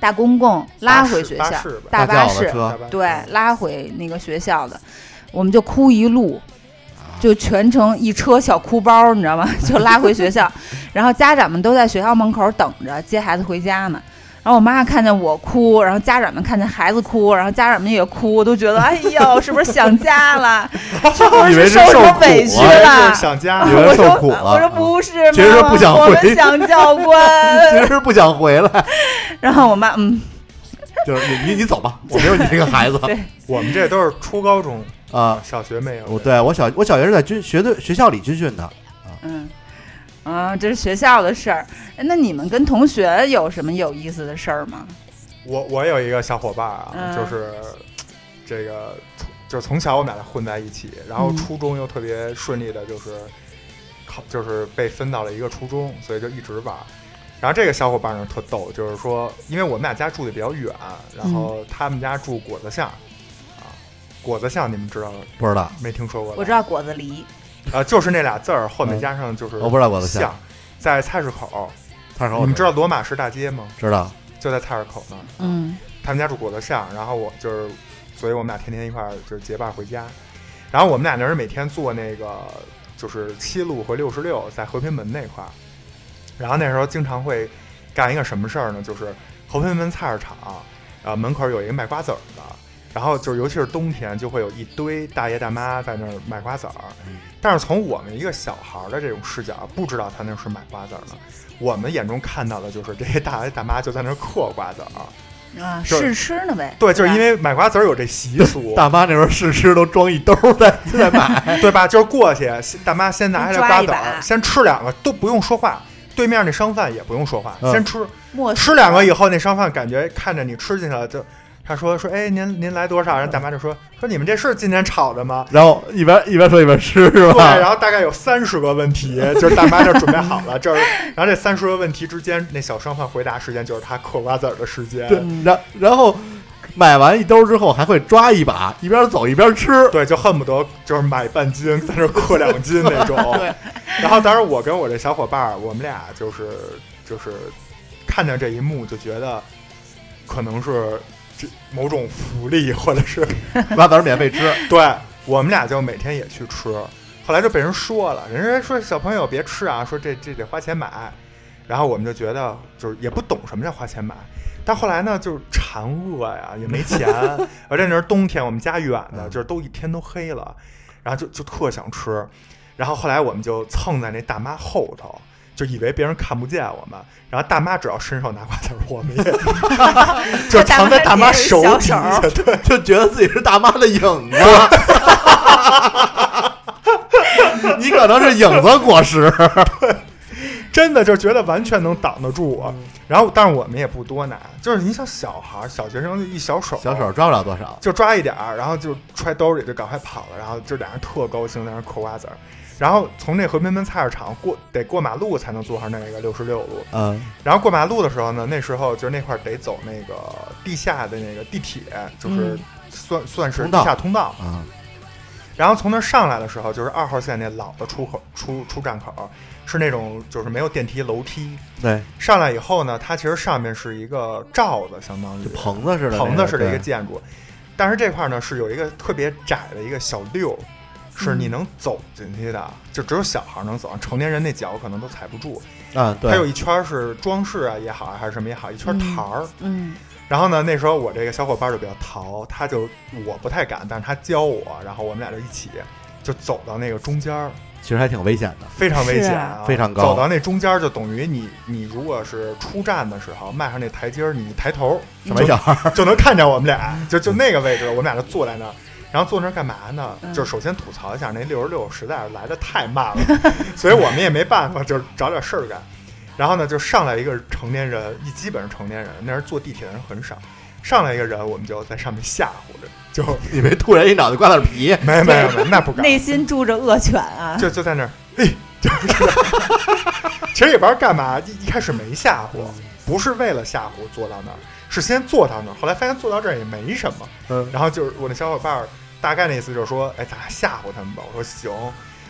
大公共拉回巴士学巴校士吧，大巴轿子士，车，吧嗯对，拉回那个学校的，我们就哭一路，就全程一车小哭包，你知道吗？ 就拉回学校，然后家长们都在学校门口等着接孩子回家呢。然后我妈看见我哭，然后家长们看见孩子哭，然后家长们也哭，都觉得哎呦，是不是想家了？是不以为是是受什受么苦委屈啊就是了？想家以，为我受说苦了我说不是，其实妈妈不想我回们想教官嗯 其。实不想回来， 然后我妈嗯，就是你你你走吧，我没有你这个孩子 对 我们这都是初高中，啊。小学没有。我对我小我小学是在军学队学校里军训的，嗯，啊，这是学校的事儿。哎那你们跟同学有什么有意思的事儿吗？我我有一个小伙伴啊，嗯就是这个从就是从小我们俩混在一起，然后嗯初中又特别顺利的，就是考就是被分到了一个初中，所以就一直玩。然后这个小伙伴呢特逗，就是说，因为我们俩家住的比较远，然嗯后他们家住果子巷，啊，果子巷你们知道不知道没听说过吧？我知道果子狸，啊，就是那俩字儿后面嗯加上就是我不知道果子巷巷，在菜市口。他说你们知道罗马市大街吗？知道就在菜市口那儿。嗯他们家住果子巷，然后我就是，所以我们俩天天一块儿就是结伴回家。然后我们俩那是每天坐那个就是七路和六十六，在和平门那块儿。啊然后那时候经常会干一个什么事儿呢？就是和平门菜市场，呃，门口有一个卖瓜子儿的，然后就是尤其是冬天，就会有一堆大爷大妈在那儿卖瓜子儿。但是从我们一个小孩儿的这种视角，不知道他那是买瓜子儿呢。我们眼中看到的就是这些大爷大妈就在那儿嗑瓜子儿。啊，就试是吃呢呗。对，就是吧因为买瓜子儿有这习俗，大妈那时候试吃都装一兜儿在在买， 对吧？就是过去，先大妈先拿下来抓瓜一子把儿，先吃两个，都不用说话。对面那商贩也不用说话，嗯先吃默许吃两个以后，那商贩感觉看着你吃进去了，就他说说，哎，您您来多少？然后大妈就说说你们这是今天炒的吗？然后一边一边说一边吃是对，啊然吧？后大概有三十个问题，就是大妈就准备好了，这儿，然后这三十个问题之间，那小商贩回答时间就是他嗑瓜子儿的时间，对，然然后买完一兜儿之后还会抓一把，一边走一 边吃，对，就恨不得就是买半斤，在这克两斤那种。对。 然后当时我跟我这小伙伴儿，我们俩就是就是看见这一幕，就觉得可能是这某种福利，或者是瓜子儿免 费吃，对我们俩就每天也去吃。后来就被人说了，人家说小朋友别吃啊，说这这得花钱买。然后我们就觉得就是也不懂什么叫花钱买。但后来呢，就是馋饿呀，也没钱，而且那是冬天，我们家远的，嗯就是都一天都黑了，然后就就特想吃，然后后来我们就蹭在那大妈后头，就以为别人看不见我们，然后大妈只要伸手拿瓜子儿，我们也就藏在大妈手底大妈下，对，就觉得自己是大妈的影 子。 你可能是影子 果实，真的就觉得完全能挡得住嗯我。然后，但是我们也不多拿，就是你想小孩儿、小学生就一小手，小手抓不了多少。就抓一点儿，然后就揣兜里就赶快跑了，然后就俩人特高兴在那儿嗑瓜子儿。然后从那和平门菜市场过得过马路才能坐上那个六十六路，嗯，然后过马路的时候呢，那时候就是那块儿得走那个地下的那个地铁，就是嗯算、算是通地道下通道。啊，然后从那儿上来的时候，就是二号线那老的出口出出站口，是那种就是没有电梯楼梯。对，上来以后呢，它其实上面是一个罩子，相当于就棚子似的那个，棚子似的一个对建筑，但是这块儿呢是有一个特别窄的一个小溜，是你能走进去的，就只有小孩儿能走，啊成年人那脚可能都踩不住。啊，它有对，一圈儿是装饰啊也好啊还是什么也好，一圈儿台儿。嗯然后呢，那时候我这个小伙伴儿就比较淘，他就我不太敢，但是他教我，然后我们俩就一起就走到那个中间儿，其实还挺危险的。非常危是险、啊非常高走到那中间儿就等于你你如果是出站的时候迈上那台阶儿，你一抬头什么小孩儿？ 就就能看见我们俩，就就那个位置，我们俩就坐在那儿。然后坐那儿干嘛呢？嗯就首先吐槽一下，那六十六实在是来的太慢了， 所以我们也没办法，就是找点事儿干。然后呢，就上来一个成年人，一基本是成年人，那时候坐地铁的人很少。上来一个人，我们就在上面吓唬着，就 以为突然一脑袋瓜子皮，没没没，那不敢，内心住着恶犬啊，就就在那儿，哎，就是， 其实也不知道干嘛，一一开始没吓唬，不是为了吓唬坐到那儿，是先坐到那儿，后来发现坐到这儿也没什么，嗯然后就是我那小伙伴儿大概那意思就是说，哎，咱俩吓唬他们吧，我说行，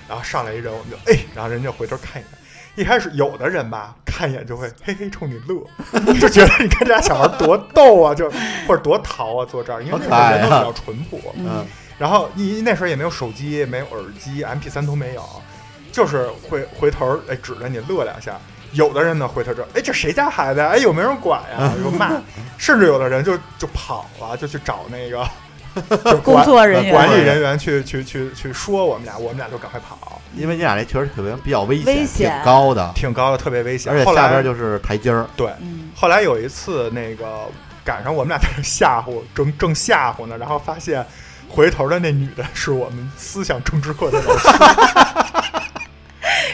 然后上来一人，我们就哎，然后人家回头看一眼。一开始有的人吧，看一眼就会嘿嘿冲你乐， 就觉得你看这俩小孩多逗啊，就或者多淘啊，坐这儿，因为那时候好可爱啊人都比较淳朴。嗯，然后一那时候也没有手机，没有耳机，MP 三都没有，就是会回头儿哎指着你乐两下。有的人呢回头就哎这谁家孩子呀？哎有没有人管 呀？就骂，甚至有的人就就跑了，就去找那 个就管工作人员管理人员去去去去说我们俩，我们俩就赶快跑，因为你俩那确实可能比较危险，危险挺高的，挺高的，特别危险。而且后下来边就是台阶儿，对，嗯，后来有一次，那个赶上我们俩在那吓唬，正正吓唬呢，然后发现回头的那女的是我们思想政治课的老师，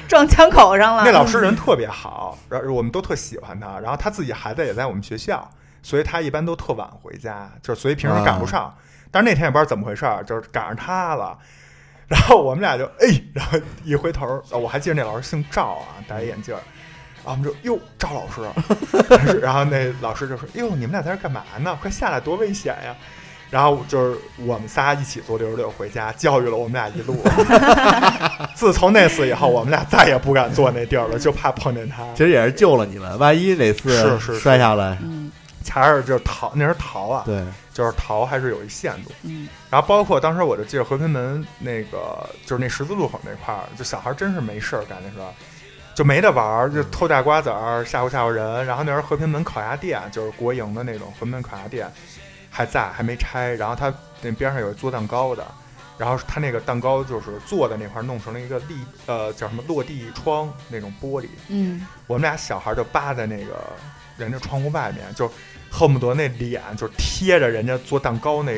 撞枪口上了。那老师人特别好，然后我们都特喜欢她，然后她自己孩子也在我们学校，所以她一般都特晚回家，就是所以平时赶不上。但是那天也不知道怎么回事儿，就是赶上她了。然后我们俩就哎，然后一回头，呃我还记得那老师姓赵啊，戴一眼镜儿，然后我们就哟赵老师，然后那老师就说哟你们俩在这儿干嘛呢？快下来多危险呀！然后就是我们仨一起坐六十六回家，教育了我们俩一路。 自从那次以后，我们俩再也不敢坐那地儿了，就怕碰见他。其实也是救了你们，万一哪次是是是摔下来，嗯还是就是逃，那是逃啊，对，就是逃还是有一限度。嗯然后包括当时我就记得和平门那个就是那十字路口那块儿，就小孩真是没事儿干那时候，就没得玩儿，就偷大瓜子儿吓唬吓唬人。然后那时候和平门烤鸭店就是国营的那种和平门烤鸭店还在还没拆，然后它那边上有做蛋糕的。然后它那个蛋糕就是做的那块儿弄成了一个立呃叫什么落地窗那种玻璃，嗯，我们俩小孩就扒在那个人家窗户外面，就恨不得那脸就贴着人家做蛋糕那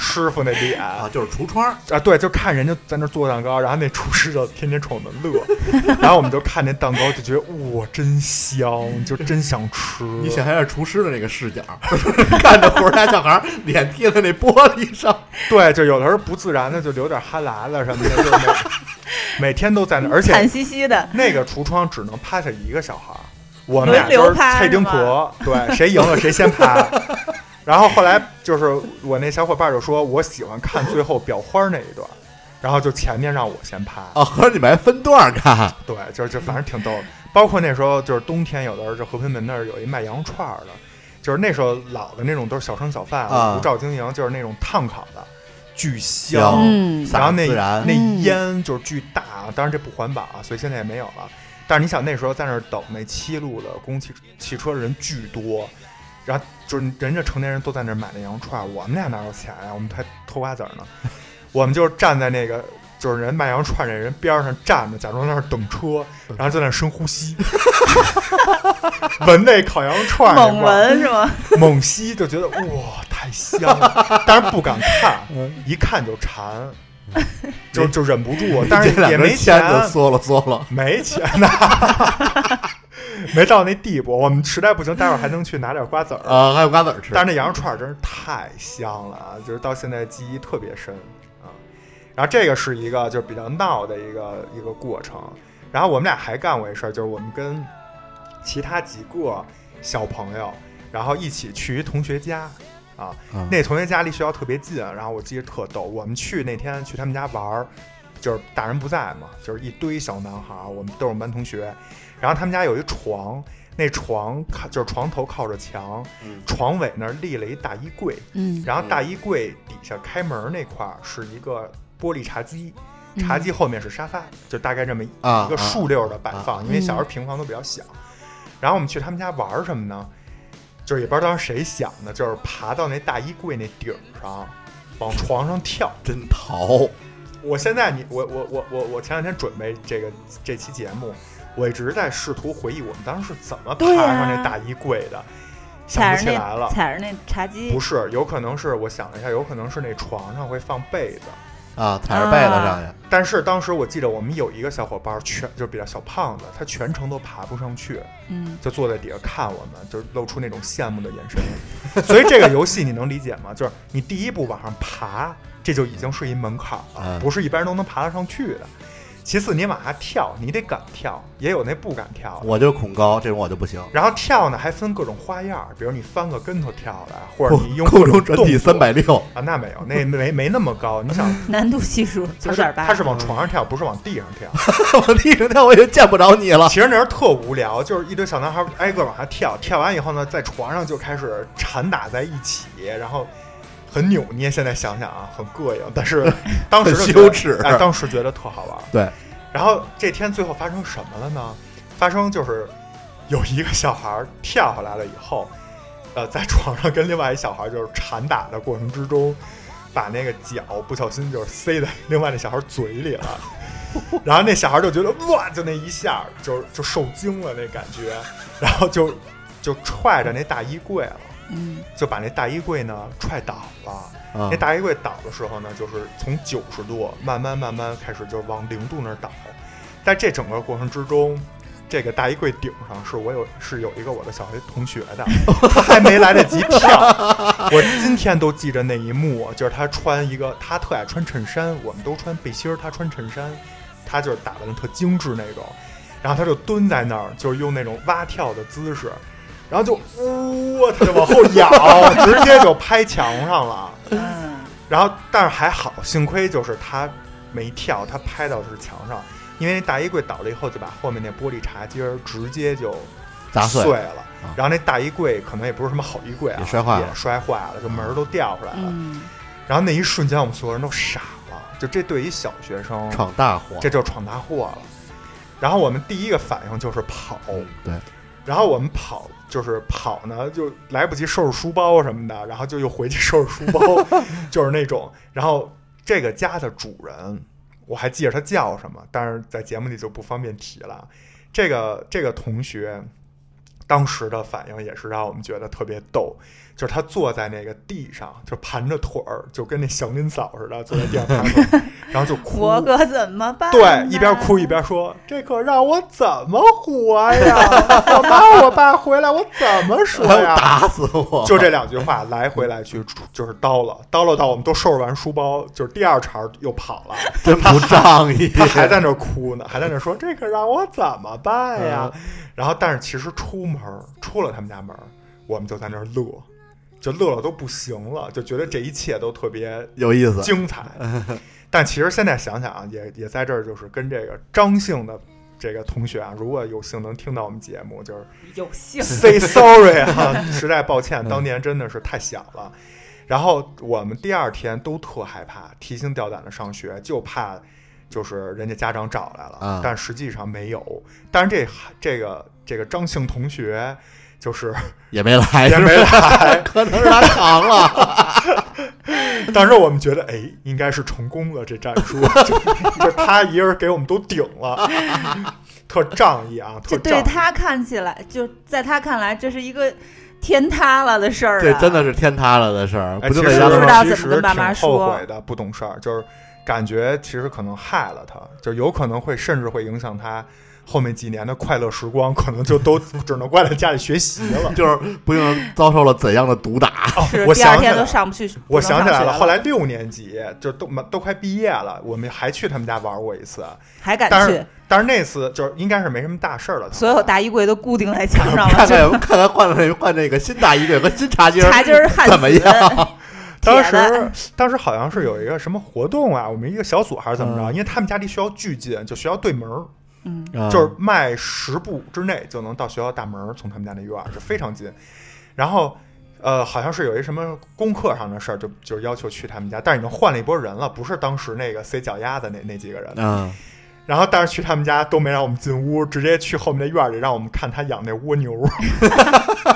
师傅那脸 啊，啊，就是橱窗，对，就看人家在那做蛋糕，然后那厨师就天天冲我们乐，然后我们就看那蛋糕就觉得哇真香，就真想吃。 你想象一下厨师的那个视角， 看着胡儿家小孩儿脸贴在那玻璃上，对，就有的时候不自然的就流点哈喇子什么的，就是每 每天都在那，而且惨兮兮的，那个橱窗只能趴下一个小 孩儿，我们俩轮流就是趴蔡丁是壳，对，谁赢了谁先 趴。然后后来就是我那小伙伴就说，我喜欢看最后裱花那一段，然后就前面让我先趴，哦，合着你们还分段儿看，对，就是就反正挺逗的。包括那时候就是冬天，有的时候就和平门那儿有一卖羊肉串儿的，就是那时候老的那种都是小商小贩，啊无照经营，就是那种烫烤的，巨香香。嗯撒然后那自然那嗯烟就是巨大，当然这不环保啊，所以现在也没有了。但是你想那时候在那儿等那七路的公汽汽车的人巨多，然后就是人家成年人都在那儿买那羊肉串儿，我们俩哪有钱呀、啊我们还偷瓜子儿呢。我们就站在那个就是人卖羊肉串儿那人边儿上站着，假装在那儿等车，然后在那儿深 呼吸，闻那烤羊肉串儿那猛味儿，闻是吗？ 猛吸就觉得哇太香了，但是不敢看，嗯一看就馋， 就就忍不住，但是这两也个没人牵钱，着缩了缩了， 没钱呐、 没到那地步。我们实在不行，待会儿还能去拿点瓜子儿。啊，还有瓜子儿吃，但是那羊肉串儿真是太香了啊！就是到现在记忆特别深啊。然后这个是一个就是比较闹的一个一个过程。然后我们俩还干过一事儿，就是我们跟其他几个小朋友，然后一起去一同学家啊。啊那同学家离学校特别近，然后我记得特逗。我们去那天去他们家玩儿，就是大人不在嘛，就是一堆小男孩儿，我们都是我们班同学。然后他们家有一床，那床靠就是床头靠着墙，嗯床尾那儿立了一大衣柜，嗯然后大衣柜底下开门儿那块儿是一个玻璃茶几，嗯茶几后面是沙发，就大概这么一啊一个啊竖溜儿的摆放，因为嗯小时候平房都比较小。然后我们去他们家玩儿什么呢？就是也不知道当时谁想的，就是爬到那大衣柜那顶儿上，往床上跳。真淘，我现在你我我我我我前两天准备这个这期节目，我一直在试图回忆我们当时是怎么爬对呀上那大衣柜的，想踩不着起来那了。踩着那茶几不，是，有可能是我想了一下，有可能是那床上会放被子。啊，踩着被子上去，但是当时我记得我们有一个小伙伴儿全就比较小胖子，他全程都爬不上去，嗯，就坐在底下看我们，就露出那种羡慕的眼 神。所以这个游戏你能理解吗？就是你第一步往上爬，这就已经是一门槛儿了，嗯不是一般人都能爬得上去的。其次，你往下跳，你得敢跳，也有那不敢跳的。我就恐高，这种我就不行。然后跳呢，还分各种花样儿，比如你翻个跟头跳的，或者你用 空中各转种体动作三百六， 啊，那没有，那没没那么高。你想，难度系数它九是点八，它是往床上跳，不是往地上跳。我地上跳我也见不着你了。其实那时候特无聊，就是一堆小男孩挨个往下跳，跳完以后呢，在床上就开始缠打在一起，然后很扭捏。现在想想啊，很膈应，但是当时就觉得很羞耻哎，当时觉得特好玩。对，然后这天最后发生什么了呢？发生就是有一个小孩儿跳下来了以后，呃，在床上跟另外一小孩儿就是缠打的过程之中，把那个脚不小心就是塞在另外那小孩儿嘴里了。然后那小孩就觉得哇，就那一下就就受惊了那感觉，然后就就踹着那大衣柜了，嗯，就把那大衣柜呢踹倒了。啊那，大衣柜倒的时候呢，就是从九十度慢慢慢慢开始就往零度那儿倒，在这整个过程之中。这个大衣柜顶上是我有是有一个我的小学同学的，他还没来得及跳，我今天都记着那一幕，就是他穿一个他特爱穿衬衫，我们都穿背心儿，他穿衬衫，他就是打扮的特精致那种，然后他就蹲在那儿，就是用那种蛙跳的姿势，然后就呜、他就往后仰，直接就拍墙上了。嗯然后但是还好，幸亏就是他没跳，他拍到的是墙上，因为那大衣柜倒了以后，就把后面那玻璃茶几儿直接就砸碎碎了。啊然后那大衣柜可能也不是什么好衣柜啊，也摔坏了也摔坏了，就门儿都掉出来了。嗯，然后那一瞬间，我们所有人都傻了，就这对于小学生，闯大祸。这就闯大祸了。然后我们第一个反应就是跑，对，然后我们跑就是跑呢，就来不及收拾书包什么的，然后就又回去收拾书包， 就是那种。然后这个家的主人，我还记着他叫什么，但是在节目里就不方便提了。这个这个同学当时的反应也是让我们觉得特别逗，就是他坐在那个地上，就盘着腿儿，就跟那祥林嫂似的坐在地上盘着腿儿，然后就 哭。我可怎么办？对，一边哭一。边说：“这可让我怎么活 呀？我妈我爸回来我怎么说还要呀打死 我！”就这两句话来回来去，就是叨了叨了到我们都收拾完书包，就是第二茬又跑了。真不仗义，他还在那儿哭呢，还在那儿说：“这可让我怎么办呀？”然后，但是其实出门儿出了他们家门儿，我们就在那儿乐，就乐了都不行了，就觉得这一切都特别有意思。精 彩。但其实现在想想啊，也也在这儿就是跟这个张姓的这个同学啊，如果有幸能听到我们节目， 就是有幸 say sorry 啊，实在抱歉，当年真的是太小了。然后我们第二天都特害怕，提心吊胆的上学，就怕就是人家家长找来了，啊但实际上没有。但是这这个这个张姓同学哎就是也没来，也没 是吧，来，可能是他 扛了。当时我们觉得，哎，应该是成功了，这战术 就就他一人给我们都顶了， 特仗 义啊，特这仗对义。他看起来，就在他看来，这是一个天塌了的事儿、啊。这真的是天塌了的事儿，哎不就其在实家不门知口道怎其么实跟爸妈挺后说悔的，不懂事儿，就是感觉其实可能害了他，就有可能会甚至会影响他后面几年的快乐时光，可能就都只能关在家里学习了。 就是不用遭受了怎样的毒打？哦 是我第二想起来天都了。上不去。我想起不能上来学了，了，后来六年级就都都快毕业了，我们还去他们家玩过一次，还敢但去是，但是那次就是应该是没什么大事儿了。所有大衣柜都固定在墙上了，看看就有看看换了换这个新大衣柜和新茶几儿，茶几儿焊死怎么样？当铁的时当时好像是有一个什么活动啊，我们一个小组还是怎么着？嗯因为他们家离学校巨近，就学校对门儿，嗯，就是迈十步之内就能到学校大门儿，从他们家那院儿就非常近。然后，呃，好像是有一什么功课上的事儿，就就是要求去他们家，但是已经换了一波人了，不是当时那个塞脚丫的那那几个人。嗯，然后，但是去他们家都没让我们进屋，直接去后面的院儿里让我们看他养那蜗牛。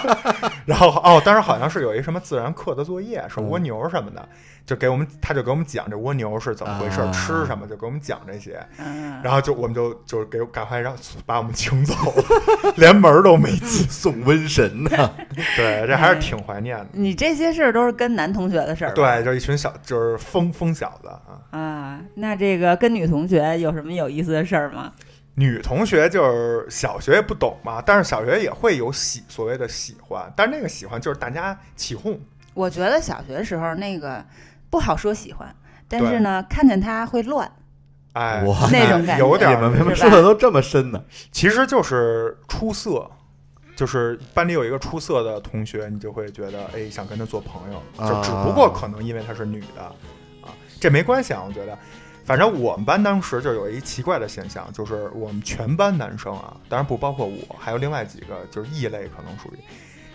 然后哦，当时好像是有一什么自然课的作业，是蜗牛什么的，就给我们，他就给我们讲这蜗牛是怎么回事儿，啊吃什么，就给我们讲这些。 嗯然后就我们就就给赶快让把我们请走 了，连门儿都没进。送瘟神呢， 对，这还是挺怀念的。你这些事儿都是跟男同学的事儿吧。对，就是一群小，就是疯疯小子啊。啊，那这个跟女同学有什么有意思的事儿吗？女同学就是小学也不懂嘛，但是小学也会有喜所谓的喜欢，但是那个喜欢就是大家起哄，我觉得小学时候那个不好说喜欢，但对是呢，看见他会乱，哎，哇那种感觉有点你儿们为什么是吧说的都这么深呢？其实就是出色，就是班里有一个出色的同学，你就会觉得哎想跟他做朋友，啊就只不过可能因为她是女的啊，这没关系啊，我觉得。反正我们班当时就有一奇怪的现象，就是我们全班男生啊，当然不包括我，还有另外几个就是异类，可能属于，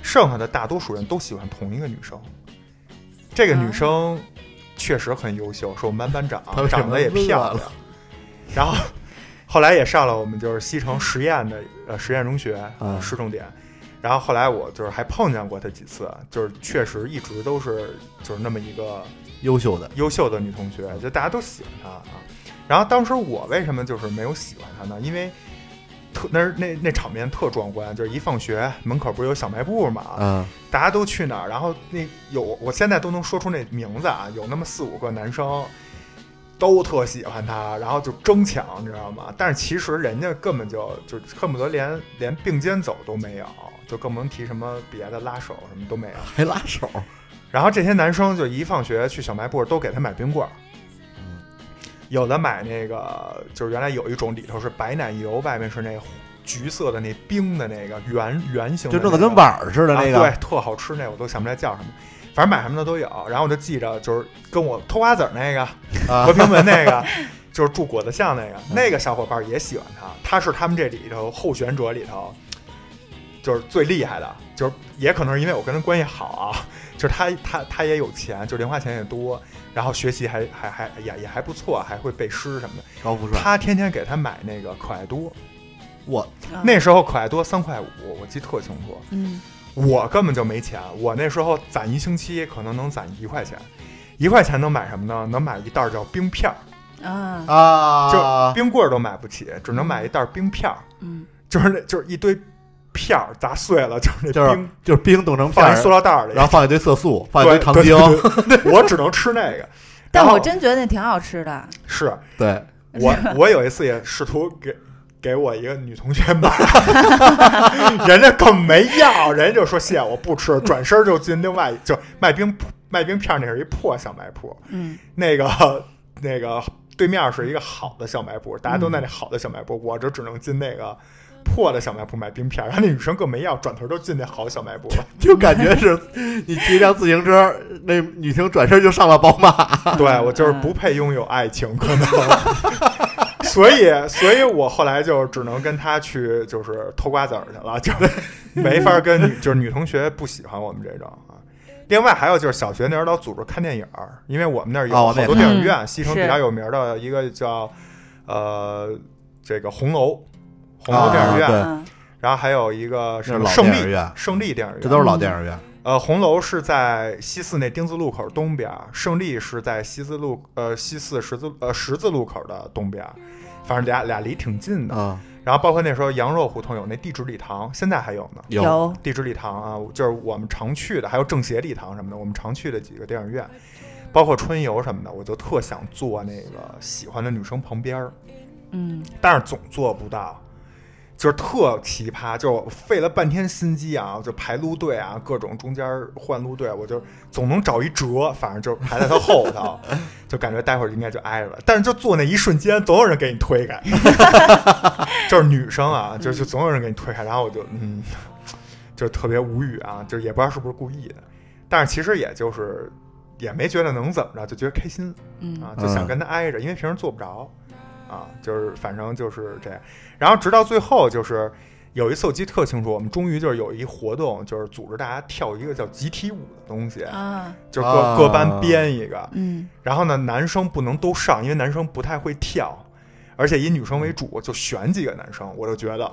剩下的大多数人都喜欢同一个女生。这个女生确实很优秀，是我们班班啊她为长，长什么得也漂乐亮，然后后来也上了我们就是西城实验的呃实验中学嗯市重点，然后后来我就是还碰见过她几次，就是确实一直都是就是那么一个优秀的，优秀的女同学，就大家都喜欢她啊。然后当时我为什么就是没有喜欢她呢？因为特那儿那那场面特壮观，就是一放学门口不是有小卖部嘛，嗯，大家都去哪儿，然后那有我现在都能说出那名字啊，有那么四五个男生都特喜欢他，然后就争抢，你知道吗？但是其实人家根本就就恨不得连连并肩走都没有，就更甭提什么别的拉手什么都没有。还拉手，然后这些男生就一放学去小卖部都给他买冰棍儿，嗯有的买那个就是原来有一种里头是白奶油，外面是那橘色的那冰的那个圆圆形的就那个，弄得跟碗儿似的那啊，个，对，特好吃那我都想不起来叫什么，反正买什么的都有。然后我就记着，就是跟我偷瓜子儿那个啊嗯和平门那 个，就是住果子巷那个，那个小伙伴也喜欢他，他是他们这里头候选者里头就是最厉害的，就是也可能是因为我跟他关系好啊，就是他他他也有钱，就零花钱也多，然后学习还还还也也还不错，还会背诗什么的。高富帅，他天天给他买那个可爱多，我啊那时候可爱多三块五，我记得特清楚。嗯，我根本就没钱，我那时候攒一星期可能能攒一块钱，一块钱能买什么呢？能买一袋儿叫冰片儿，啊，啊，就冰棍儿都买不起，只能买一袋儿冰片儿，嗯，就是那就是一堆片儿砸碎了，就是就那是冰就是冰冻成片放一儿，塑料袋儿里，然后放一堆色素，放一堆对糖对精，对对 我只能吃那个。但然我后真觉得那挺好吃的，是 对， 我我有一次也试图给。给我一个女同学买， 人家更没要，人家就说谢我不吃，转身就进另外一就卖冰卖冰片儿那是一破小卖铺，嗯，那个 那个对面是一个好的小卖部，大家都在那好的小卖部，我就只能进那个破的小卖部买冰片儿。然后那女生更没要，转头就进那好小卖部了。 就感觉是你骑一辆自行车，那女性转身就上了宝马，对我就是不配拥有爱情，可能。 所以，所以我后来就只能跟她去，就是偷瓜子儿去了， 就没法跟女，就是女同学不喜欢我们这种啊。另外还有就是小学那时候老组织看电影儿，因为我们那儿有哦好我那多看电影院，西城比是较有名的一个叫呃这个红楼，红楼电影院，啊对嗯然后还有一个是那是老胜电影利院胜利电影院，这都是老电影院。呃，红楼是在西四那丁字路口东边儿，胜利是在西四路呃西四十字呃十字路口的东边儿，反正俩俩离挺近的。啊，然后包括那时候羊肉胡同有那地质礼堂，现在还有呢。有地质礼堂啊，就是我们常去的，还有政协礼堂什么的，我们常去的几个电影院，包括春游什么的，我就特想坐那个喜欢的女生旁边儿，嗯，但是总做不到，就是特奇葩，就是我费了半天心机啊，就排路队啊，各种中间换路队，我就总能找一折，反正就是排在他后头， 就感觉待会儿应该就挨着了。但是就坐那一瞬间，总有人给你推开， 就是女生啊，就就总有人给你推开，然后我就嗯，就特别无语啊，就是也不知道是不是故意的，但是其实也就是也没觉得能怎么着，就觉得开心。嗯啊，就想跟他挨着，因为平时做不着，啊，就是反正就是这样。然后直到最后，就是有一次我记得特清楚，我们终于就是有一活动，就是组织大家跳一个叫集体舞的东西，啊，就是各、啊各班编一个。嗯然后呢，男生不能都上，因为男生不太会跳，而且以女生为主，就选几个男生。我就觉得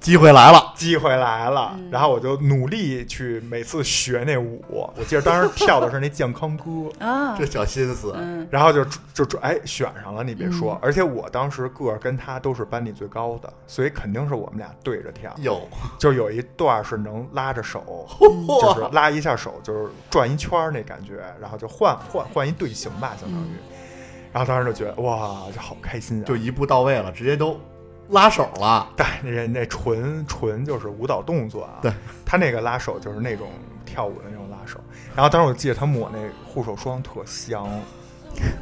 机会来了，机会来了，嗯然后我就努力去每次学那舞。我记得当时跳的是那健康歌。啊这，小心思，嗯然后就就就哎选上了，你别说，嗯而且我当时个儿跟他都是班里最高的，所以肯定是我们俩对着跳，有，就有一段是能拉着手，嗯就嚯是拉一下手，就是转一圈儿那感觉，然后就换换换一队形吧，相当于。嗯然后当时就觉得哇，这好开心啊！就一步到位了，直接都拉手了，但人那纯纯就是舞蹈动作啊，对他那个拉手就是那种跳舞的那种拉手。然后当时我记得他抹那护手霜特香，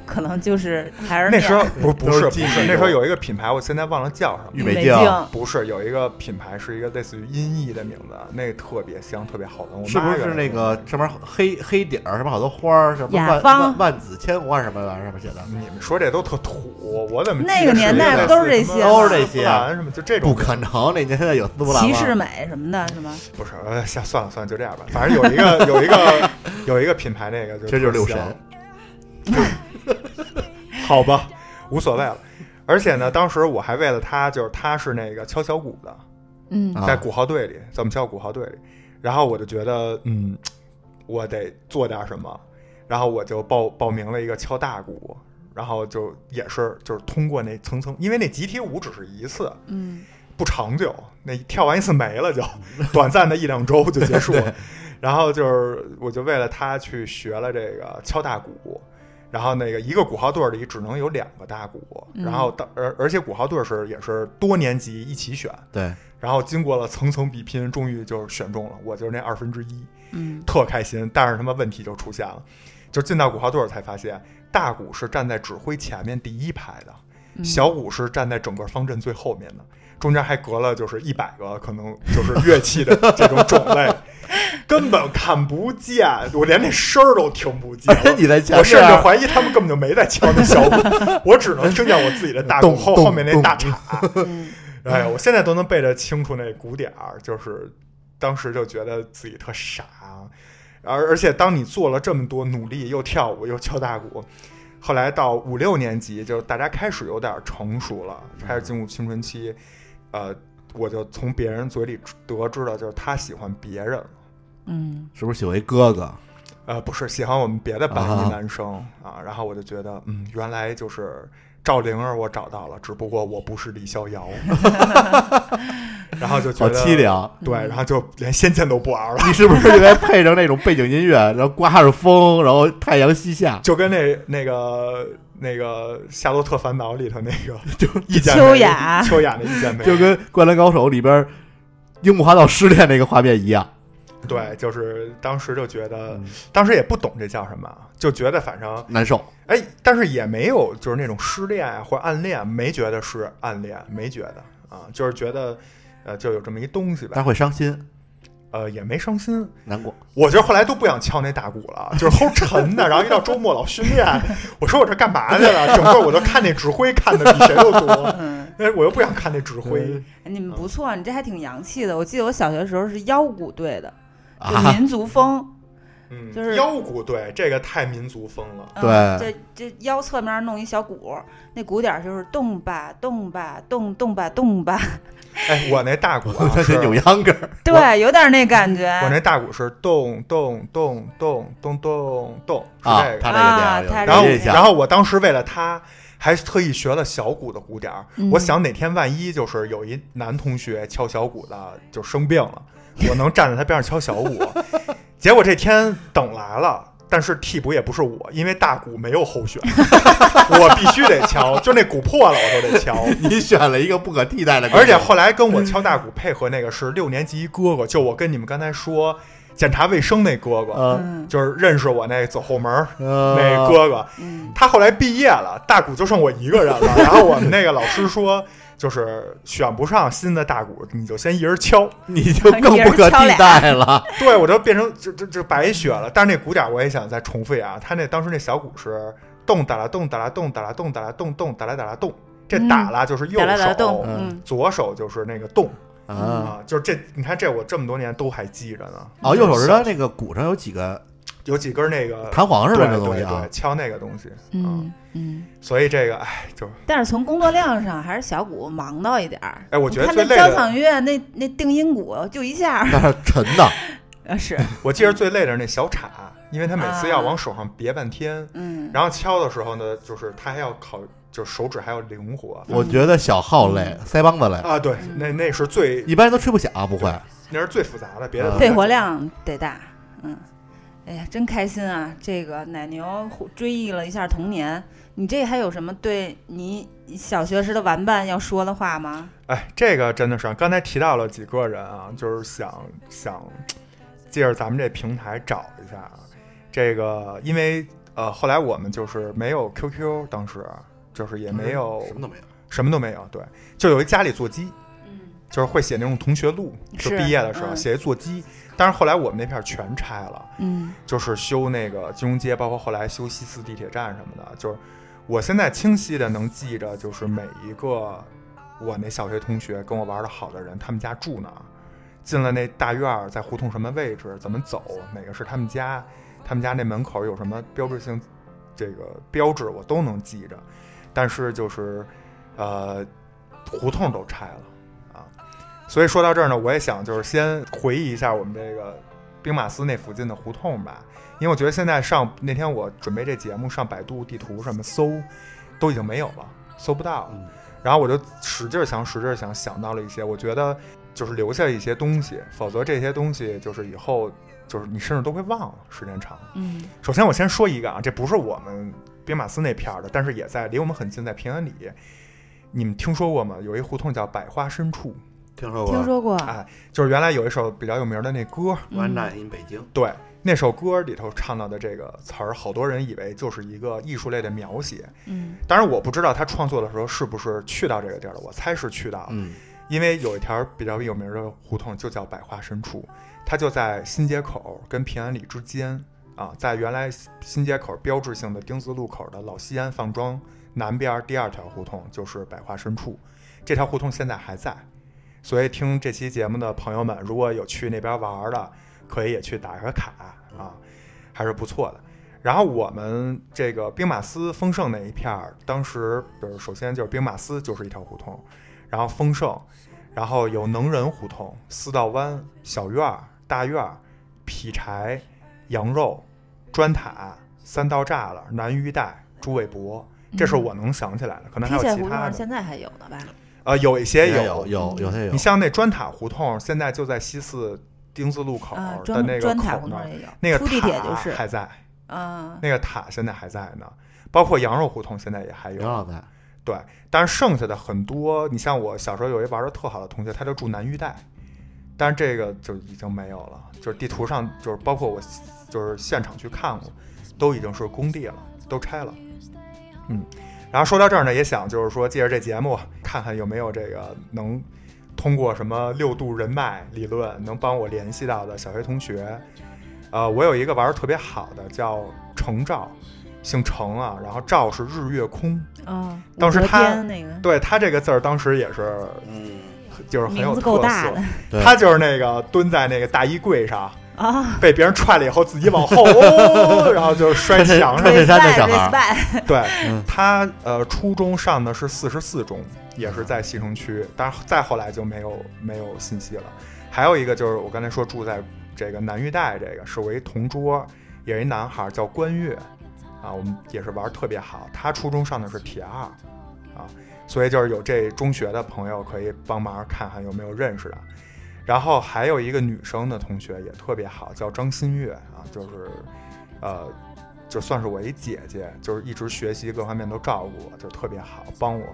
可能就是还是那时候面不不都是是不记忆是，中那时候有一个品牌，我现在忘了叫什么了。玉玉美美酱酱不是，有一个品牌是一个类似于音译的名字，那个特别香，特别好闻。我妈是不原是来那用个上面黑黑底儿，什么好多花儿，什么雅万芳万万紫千红啊，什么玩意儿上面写的？你们说这都特土，我怎么记得那个是年代类似都是这什么些都是这丝些啊兰啊什么就这种不可能，那年现在有丝不兰骑吗士美什么的，是吗？不是，呃，下算了算了，就这 样吧。反正有一个有一个有一个品牌，那个就这就是六神特 香，就好吧，无所谓了。而且呢，当时我还为了他，就是他是那个敲小鼓的，嗯，啊在鼓号队里，在我们学校鼓号队里。然后我就觉得，嗯，我得做点什么，然后我就报报名了一个敲大鼓，然后就也是就是通过那层层，因为那集体舞只是一次，嗯，不长久，那跳完一次没了就，短暂的一两周就结束了。然后就是，我就为了他去学了这个敲大鼓，然后那个一个鼓号队里只能有两个大鼓，嗯然后当而而且鼓号队是也是多年级一起选，对，。然后经过了层层比拼，终于就是选中了，我就是那二分之一，嗯，特开心。但是他妈问题就出现了，就进到鼓号队儿才发现，大鼓是站在指挥前面第一排的，嗯小鼓是站在整个方阵最后面的，中间还隔了就是一百个可能就是乐器的这种种类，根本看不见，我连那声儿都听不见 你在啊前我甚至面怀疑他们根本就没在敲那小鼓，我只能听见我自己的大鼓咚后咚后面那大咚镲。嗯哎呀，我现在都能背得清楚那鼓点儿，就是当时就觉得自己特傻，而而且当你做了这么多努力，又跳舞又敲大鼓，后来到五六年级，就是大家开始有点成熟了，开始进入青春期，呃，我就从别人嘴里得知了，就是他喜欢别人了。嗯，是不是有一哥哥？呃，不是喜欢我们别的班啊一男生啊然后我就觉得，嗯，原来就是赵灵儿，我找到了，只不过我不是李逍 遥，然后就觉好得凄，凉。嗯对，然后就连仙剑都不玩了， 你是不是应该配上那种背景音乐，然后刮着风，然后太阳西下，就跟那那个那个《夏洛特烦恼》里头那个 就一见秋梅雅秋雅那一见梅，就跟《灌篮高手》里边樱木花道失恋那个画面一样。对，就是当时就觉得嗯，当时也不懂这叫什么，就觉得反正难 受，哎，但是也没有就是那种失恋啊或者暗恋，没觉得是暗恋，没觉得啊，就是觉得呃就有这么一东西但吧，会伤心、呃也没伤心。难过。我觉得后来都不想敲那大鼓了，就是齁沉的。然后一到周末老训练，我说我这干嘛去了？整个我都看那指挥看的比谁都多，嗯，但是我又不想看那指挥 嗯。你们不错，你这还挺洋气的。我记得我小学的时候是腰鼓队的，就啊，民族风，嗯，就是腰鼓队这个太民族风了。嗯对这这腰侧面弄一小鼓，那鼓点儿就是动吧动吧动动吧动吧， 哎，我那大鼓我啊相是信扭秧歌儿， 对，有点那感觉。我那大鼓是咚咚咚咚咚咚咚，是啊这个，。他这个啊电影有他然后这有个印象然后我当时为了他，还特意学了小鼓的鼓点儿。嗯我想哪天万一就是有一男同学敲小鼓的就生病了，我能站在他边上敲小鼓。结果这天等来了。但是替补也不是我，因为大鼓没有候选，我必须得敲，就那鼓破了我都得敲。你选了一个不可替代的，而且后来跟我敲大鼓配合那个是六年级一哥哥，就我跟你们刚才说检查卫生那哥哥， 呃嗯就是认识我那走后门儿那那哥哥，嗯他后来毕业了，大鼓就剩我一个人 了。然后我们那个老师说，就是选不上新的大鼓，你就先一人敲。你就更不可替代 了。啊对我就变成就就就白学了。但是那鼓点我也想再重复一下，他那当时那小鼓是动哒啦动哒啦动哒啦动哒啦动动哒啦哒啦动，这嗯打啦就是右打啦打啦手动，，嗯左手就是那个动啊，啊，就是这你看这我这么多年都还记着呢。哦，右手知道那个鼓上有几个有几根那个弹簧似的对那东对西啊对，，敲那个东西，嗯嗯。所以这个哎就但是从工作量上还是小鼓忙到一点儿。哎我觉你得看那最累的交响乐那那定音鼓就一下儿，但是沉的， 呃是，我记着最累的是那小镲，因为他每次要往手上别半天，嗯，然后敲的时候呢，就是他还要考，就是手指还要灵活我觉得小号累，腮帮子累，啊。对，那那是最一般人都吹不响，啊不会。那是最复杂的，别的啊都肺活量得大，嗯，哎呀，真开心啊！这个奶牛回追忆了一下童年，你这还有什么对你小学时的玩伴要说的话吗？哎，这个真的是刚才提到了几个人啊，就是想想借着咱们这平台找一下啊这个，因为呃，后来我们就是没有 QQ，当时就是也没有什么都没有。什么都没有，对，就有一家里座机，嗯，就是会写那种同学录，就是毕业的时候嗯写一座机。但是后来我们那片儿全拆了，嗯，就是修那个金融街，包括后来修西四地铁站什么的。就是我现在清晰的能记着，就是每一个我那小学同学跟我玩的好的人，他们家住哪儿，进了那大院儿，在胡同什么位置，怎么走，哪个是他们家，他们家那门口有什么标志性这个标志，我都能记着。但是就是呃，胡同都拆了啊。所以说到这儿呢，我也想就是先回忆一下我们这个兵马司那附近的胡同吧，因为我觉得现在上那天我准备这节目上百度地图什么搜，都已经没有了，搜不到了嗯然后我就使劲儿想，使劲儿想，想到了一些，我觉得就是留下一些东西，否则这些东西就是以后就是你甚至都会忘了，时间长了。嗯，首先我先说一个啊，这不是我们兵马司那片儿的，但是也在离我们很近，在平安里。你们听说过吗？有一胡同叫百花深处，听说听说过，哎，就是原来有一首比较有名的那歌，嗯 in 北京，对，那首歌里头唱到的这个词儿，好多人以为就是一个艺术类的描写。嗯当然，我不知道他创作的时候是不是去到这个地儿了，我猜是去到了，嗯，因为有一条比较有名的胡同就叫百花深处，它就在新街口跟平安里之间啊，在原来新街口标志性的丁字路口的老西安饭庄南边第二条胡同就是百花深处，这条胡同现在还在，所以听这期节目的朋友们，如果有去那边玩的，可以也去打个卡啊，还是不错的。然后我们这个兵马司丰盛那一片儿，当时就是首先就是兵马司就是一条胡同，然后丰盛，然后有能仁胡同、四道湾、小院儿、大院儿、劈柴、羊肉、砖塔、三道栅栏、南鱼带、朱伟博，这是我能想起来的，可能还嗯皮有鞋其胡他同的。现在还有呢吧？呃，有一些也有嗯有有有些有你，像那砖塔胡同，现在就在西四丁字路口啊，的砖那个砖塔口胡那同儿，也有，那个出地铁就塔是还在，啊，那个塔现在还在呢。包括羊肉胡同现在也还杨有，老在，但是剩下的很多，你像我小时候有一玩的特好的同学，他就住南裕带，但是这个就已经没有了，就是地图上就是包括我就是现场去看过，都已经是工地了，都拆了。嗯，然后说到这儿呢，也想就是说借着这节目，看看有没有这个能通过什么六度人脉理论能帮我联系到的小学同学。呃，我有一个玩的特别好的叫程照，姓程啊，然后照是日月空，嗯，当时武则他天那个对他这个字儿，当时也是嗯，就是很有名字特够大色 的。对他就是那个蹲在那个大衣柜上，啊，被别人踹了以后自己往后，哦、然后就摔墙上穿。衬衫的小孩儿 respect，respect 对嗯他呃，初中上的是四十四中，也是在西城区，但是再后来就没有没有信息了。还有一个就是我刚才说住在这个南裕带，这个是我一同桌，也是一男孩儿叫关月，啊，我们也是玩儿特别好。他初中上的是铁二，啊，所以就是有这中学的朋友可以帮忙看看有没有认识的。然后还有一个女生的同学也特别好，叫张馨月啊，就是，呃，就算是我一姐姐，就是一直学习各方面都照顾我，就特别好，帮我。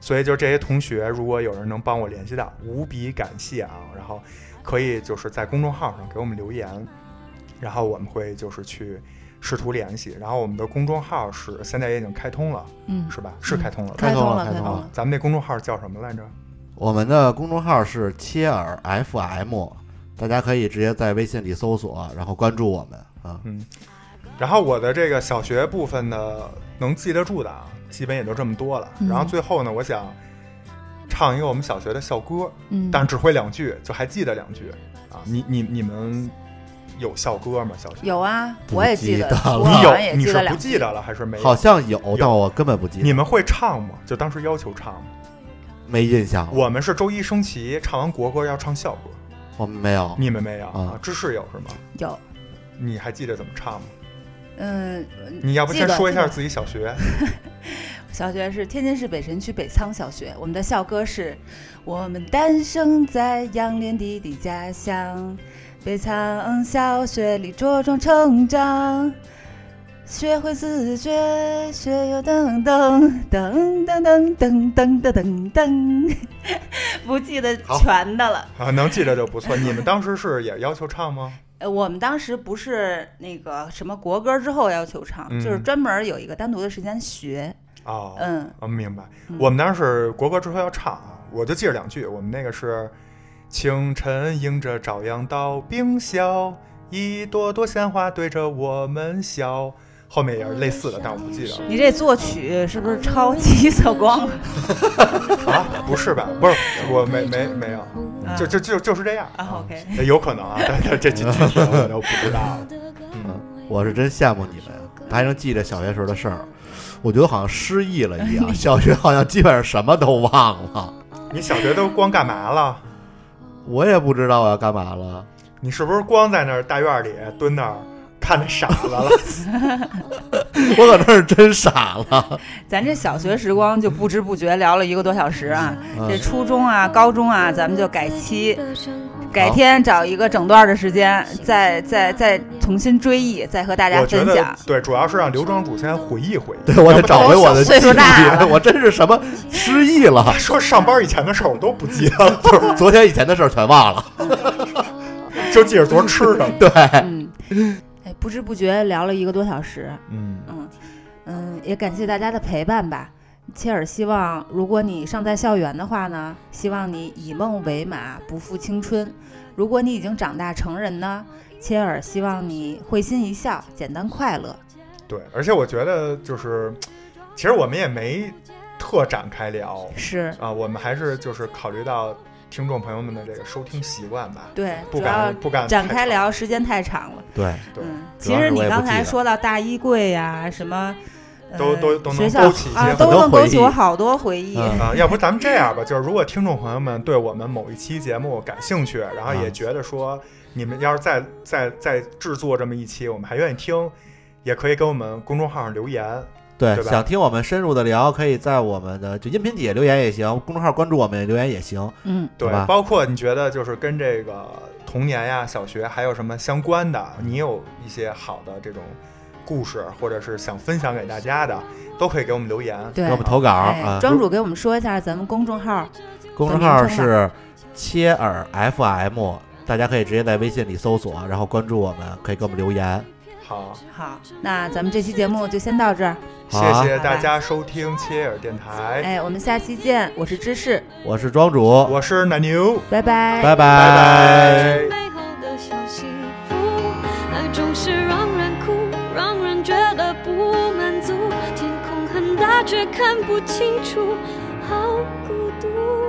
所以就是这些同学，如果有人能帮我联系到，无比感谢啊！然后可以就是在公众号上给我们留言，然后我们会就是去试图联系。然后我们的公众号是现在也已经开通了，嗯，是吧？是开通了吧。开通通了开开通了了，啊咱们那公众号叫什么来着？我们的公众号是切尔 FM，大家可以直接在微信里搜索，然后关注我们啊。嗯。然后我的这个小学部分呢，能记得住的啊，基本也就这么多了。嗯然后最后呢，我想唱一个我们小学的校歌，嗯，但只会两句，就还记得两句啊。你你你们有校歌吗？小学有啊，不我也记得得，了我你好像有也你是得不两记得了还是没有？好像有，但我根本不记得，你们会唱吗？就当时要求哦唱吗？没印象。我们是周一升旗，唱完国歌要唱校歌，我们没有，你们没有啊芝士有是吗？有，你还记得怎么唱吗？嗯，你要不记先得说一记下得自己小学？小学是天津市北辰区北仓小学，我们的校歌是：我们诞生在杨连弟的家乡，北仓小学里茁壮成长，学会自觉，学有噔噔噔噔噔噔噔噔噔噔， 不记得全的了。啊，能记着就不错。你们当时是也要求唱吗？呃，我们当时不是那个什么国歌之后要求唱，嗯就是专门有一个单独的时间学。哦，嗯，我明白嗯。我们当时国歌之后要唱啊，我就记着两句。我们那个是“清晨迎着朝阳到冰消，一朵朵鲜花对着我们笑”，后面也是类似的，但我不记得你这作曲是不是抄七色光了？了啊。不是吧？不是，我没没没有，啊就就就就是这样。啊，OK，有可能啊，但但这这具体的我就不知道了。嗯我是真羡慕你们，还能记着小学时候的事儿。我觉得好像失忆了 一样，小学好像基本上什么都忘了，你小学都光干嘛了？我也不知道我要干嘛了。你是不是光在那儿大院里蹲那儿看那傻子了？我可能是真傻了。咱这小学时光就不知不觉聊了一个多小时啊。这嗯，初中啊、高中啊，咱们就改期，改好天找一个整段的时间，再再再重新追忆，再和大家我觉分得享。对，主要是让刘庄主先回忆回忆。对我得找回我的记岁数大了忆， 我真是什么失忆了，说上班以前的事儿我都不记得了，就是 昨天以前的事儿全忘了。 就记着昨儿吃什么。对，嗯，哎，不知不觉聊了一个多小时，嗯，嗯嗯，也感谢大家的陪伴吧。切尔希望，如果你尚在校园的话呢，希望你以梦为马，不负青春；如果你已经长大成人呢，切尔希望你会心一笑，简单快乐。对，而且我觉得就是，其实我们也没特展开聊是啊，我们还是就是考虑到听众朋友们的这个收听习惯吧，对，不主要敢不敢展太开长聊时间太长了。对，对嗯，主其要实是你我也刚不才记得说到大衣柜呀、什么，呃、都都都能学校勾起一些啊，很都多能回勾起我忆好多回忆。嗯啊，要不咱们这样吧，就是如果听众朋友们对我们某一期节目感兴趣，然后也啊觉得说你们要是再再再制作这么一期，我们还愿意听，也可以跟我们公众号上留言。对，对吧想听我们深入的聊，可以在我们的就音频底下留言也行，公众号关注我们留言也行。嗯，对好吧，包括你觉得就是跟这个童年呀、小学还有什么相关的，你有一些好的这种故事，或者是想分享给大家的，都可以给我们留言。给对我。们投稿哎啊，，庄主给我们说一下咱们公众号，公众号是切尔 FM，大家可以直接在微信里搜索，然后关注我们，可以给我们留言。好，好，那咱们这期节目就先到这儿。谢好啊谢大家收听切尔电台，哎，我们下期见，我是芝士，我是庄主，我是奶牛，拜拜。拜拜。背后的小幸福，爱总是让人哭，让人觉得不满足。天空很大却看不清楚，好孤独。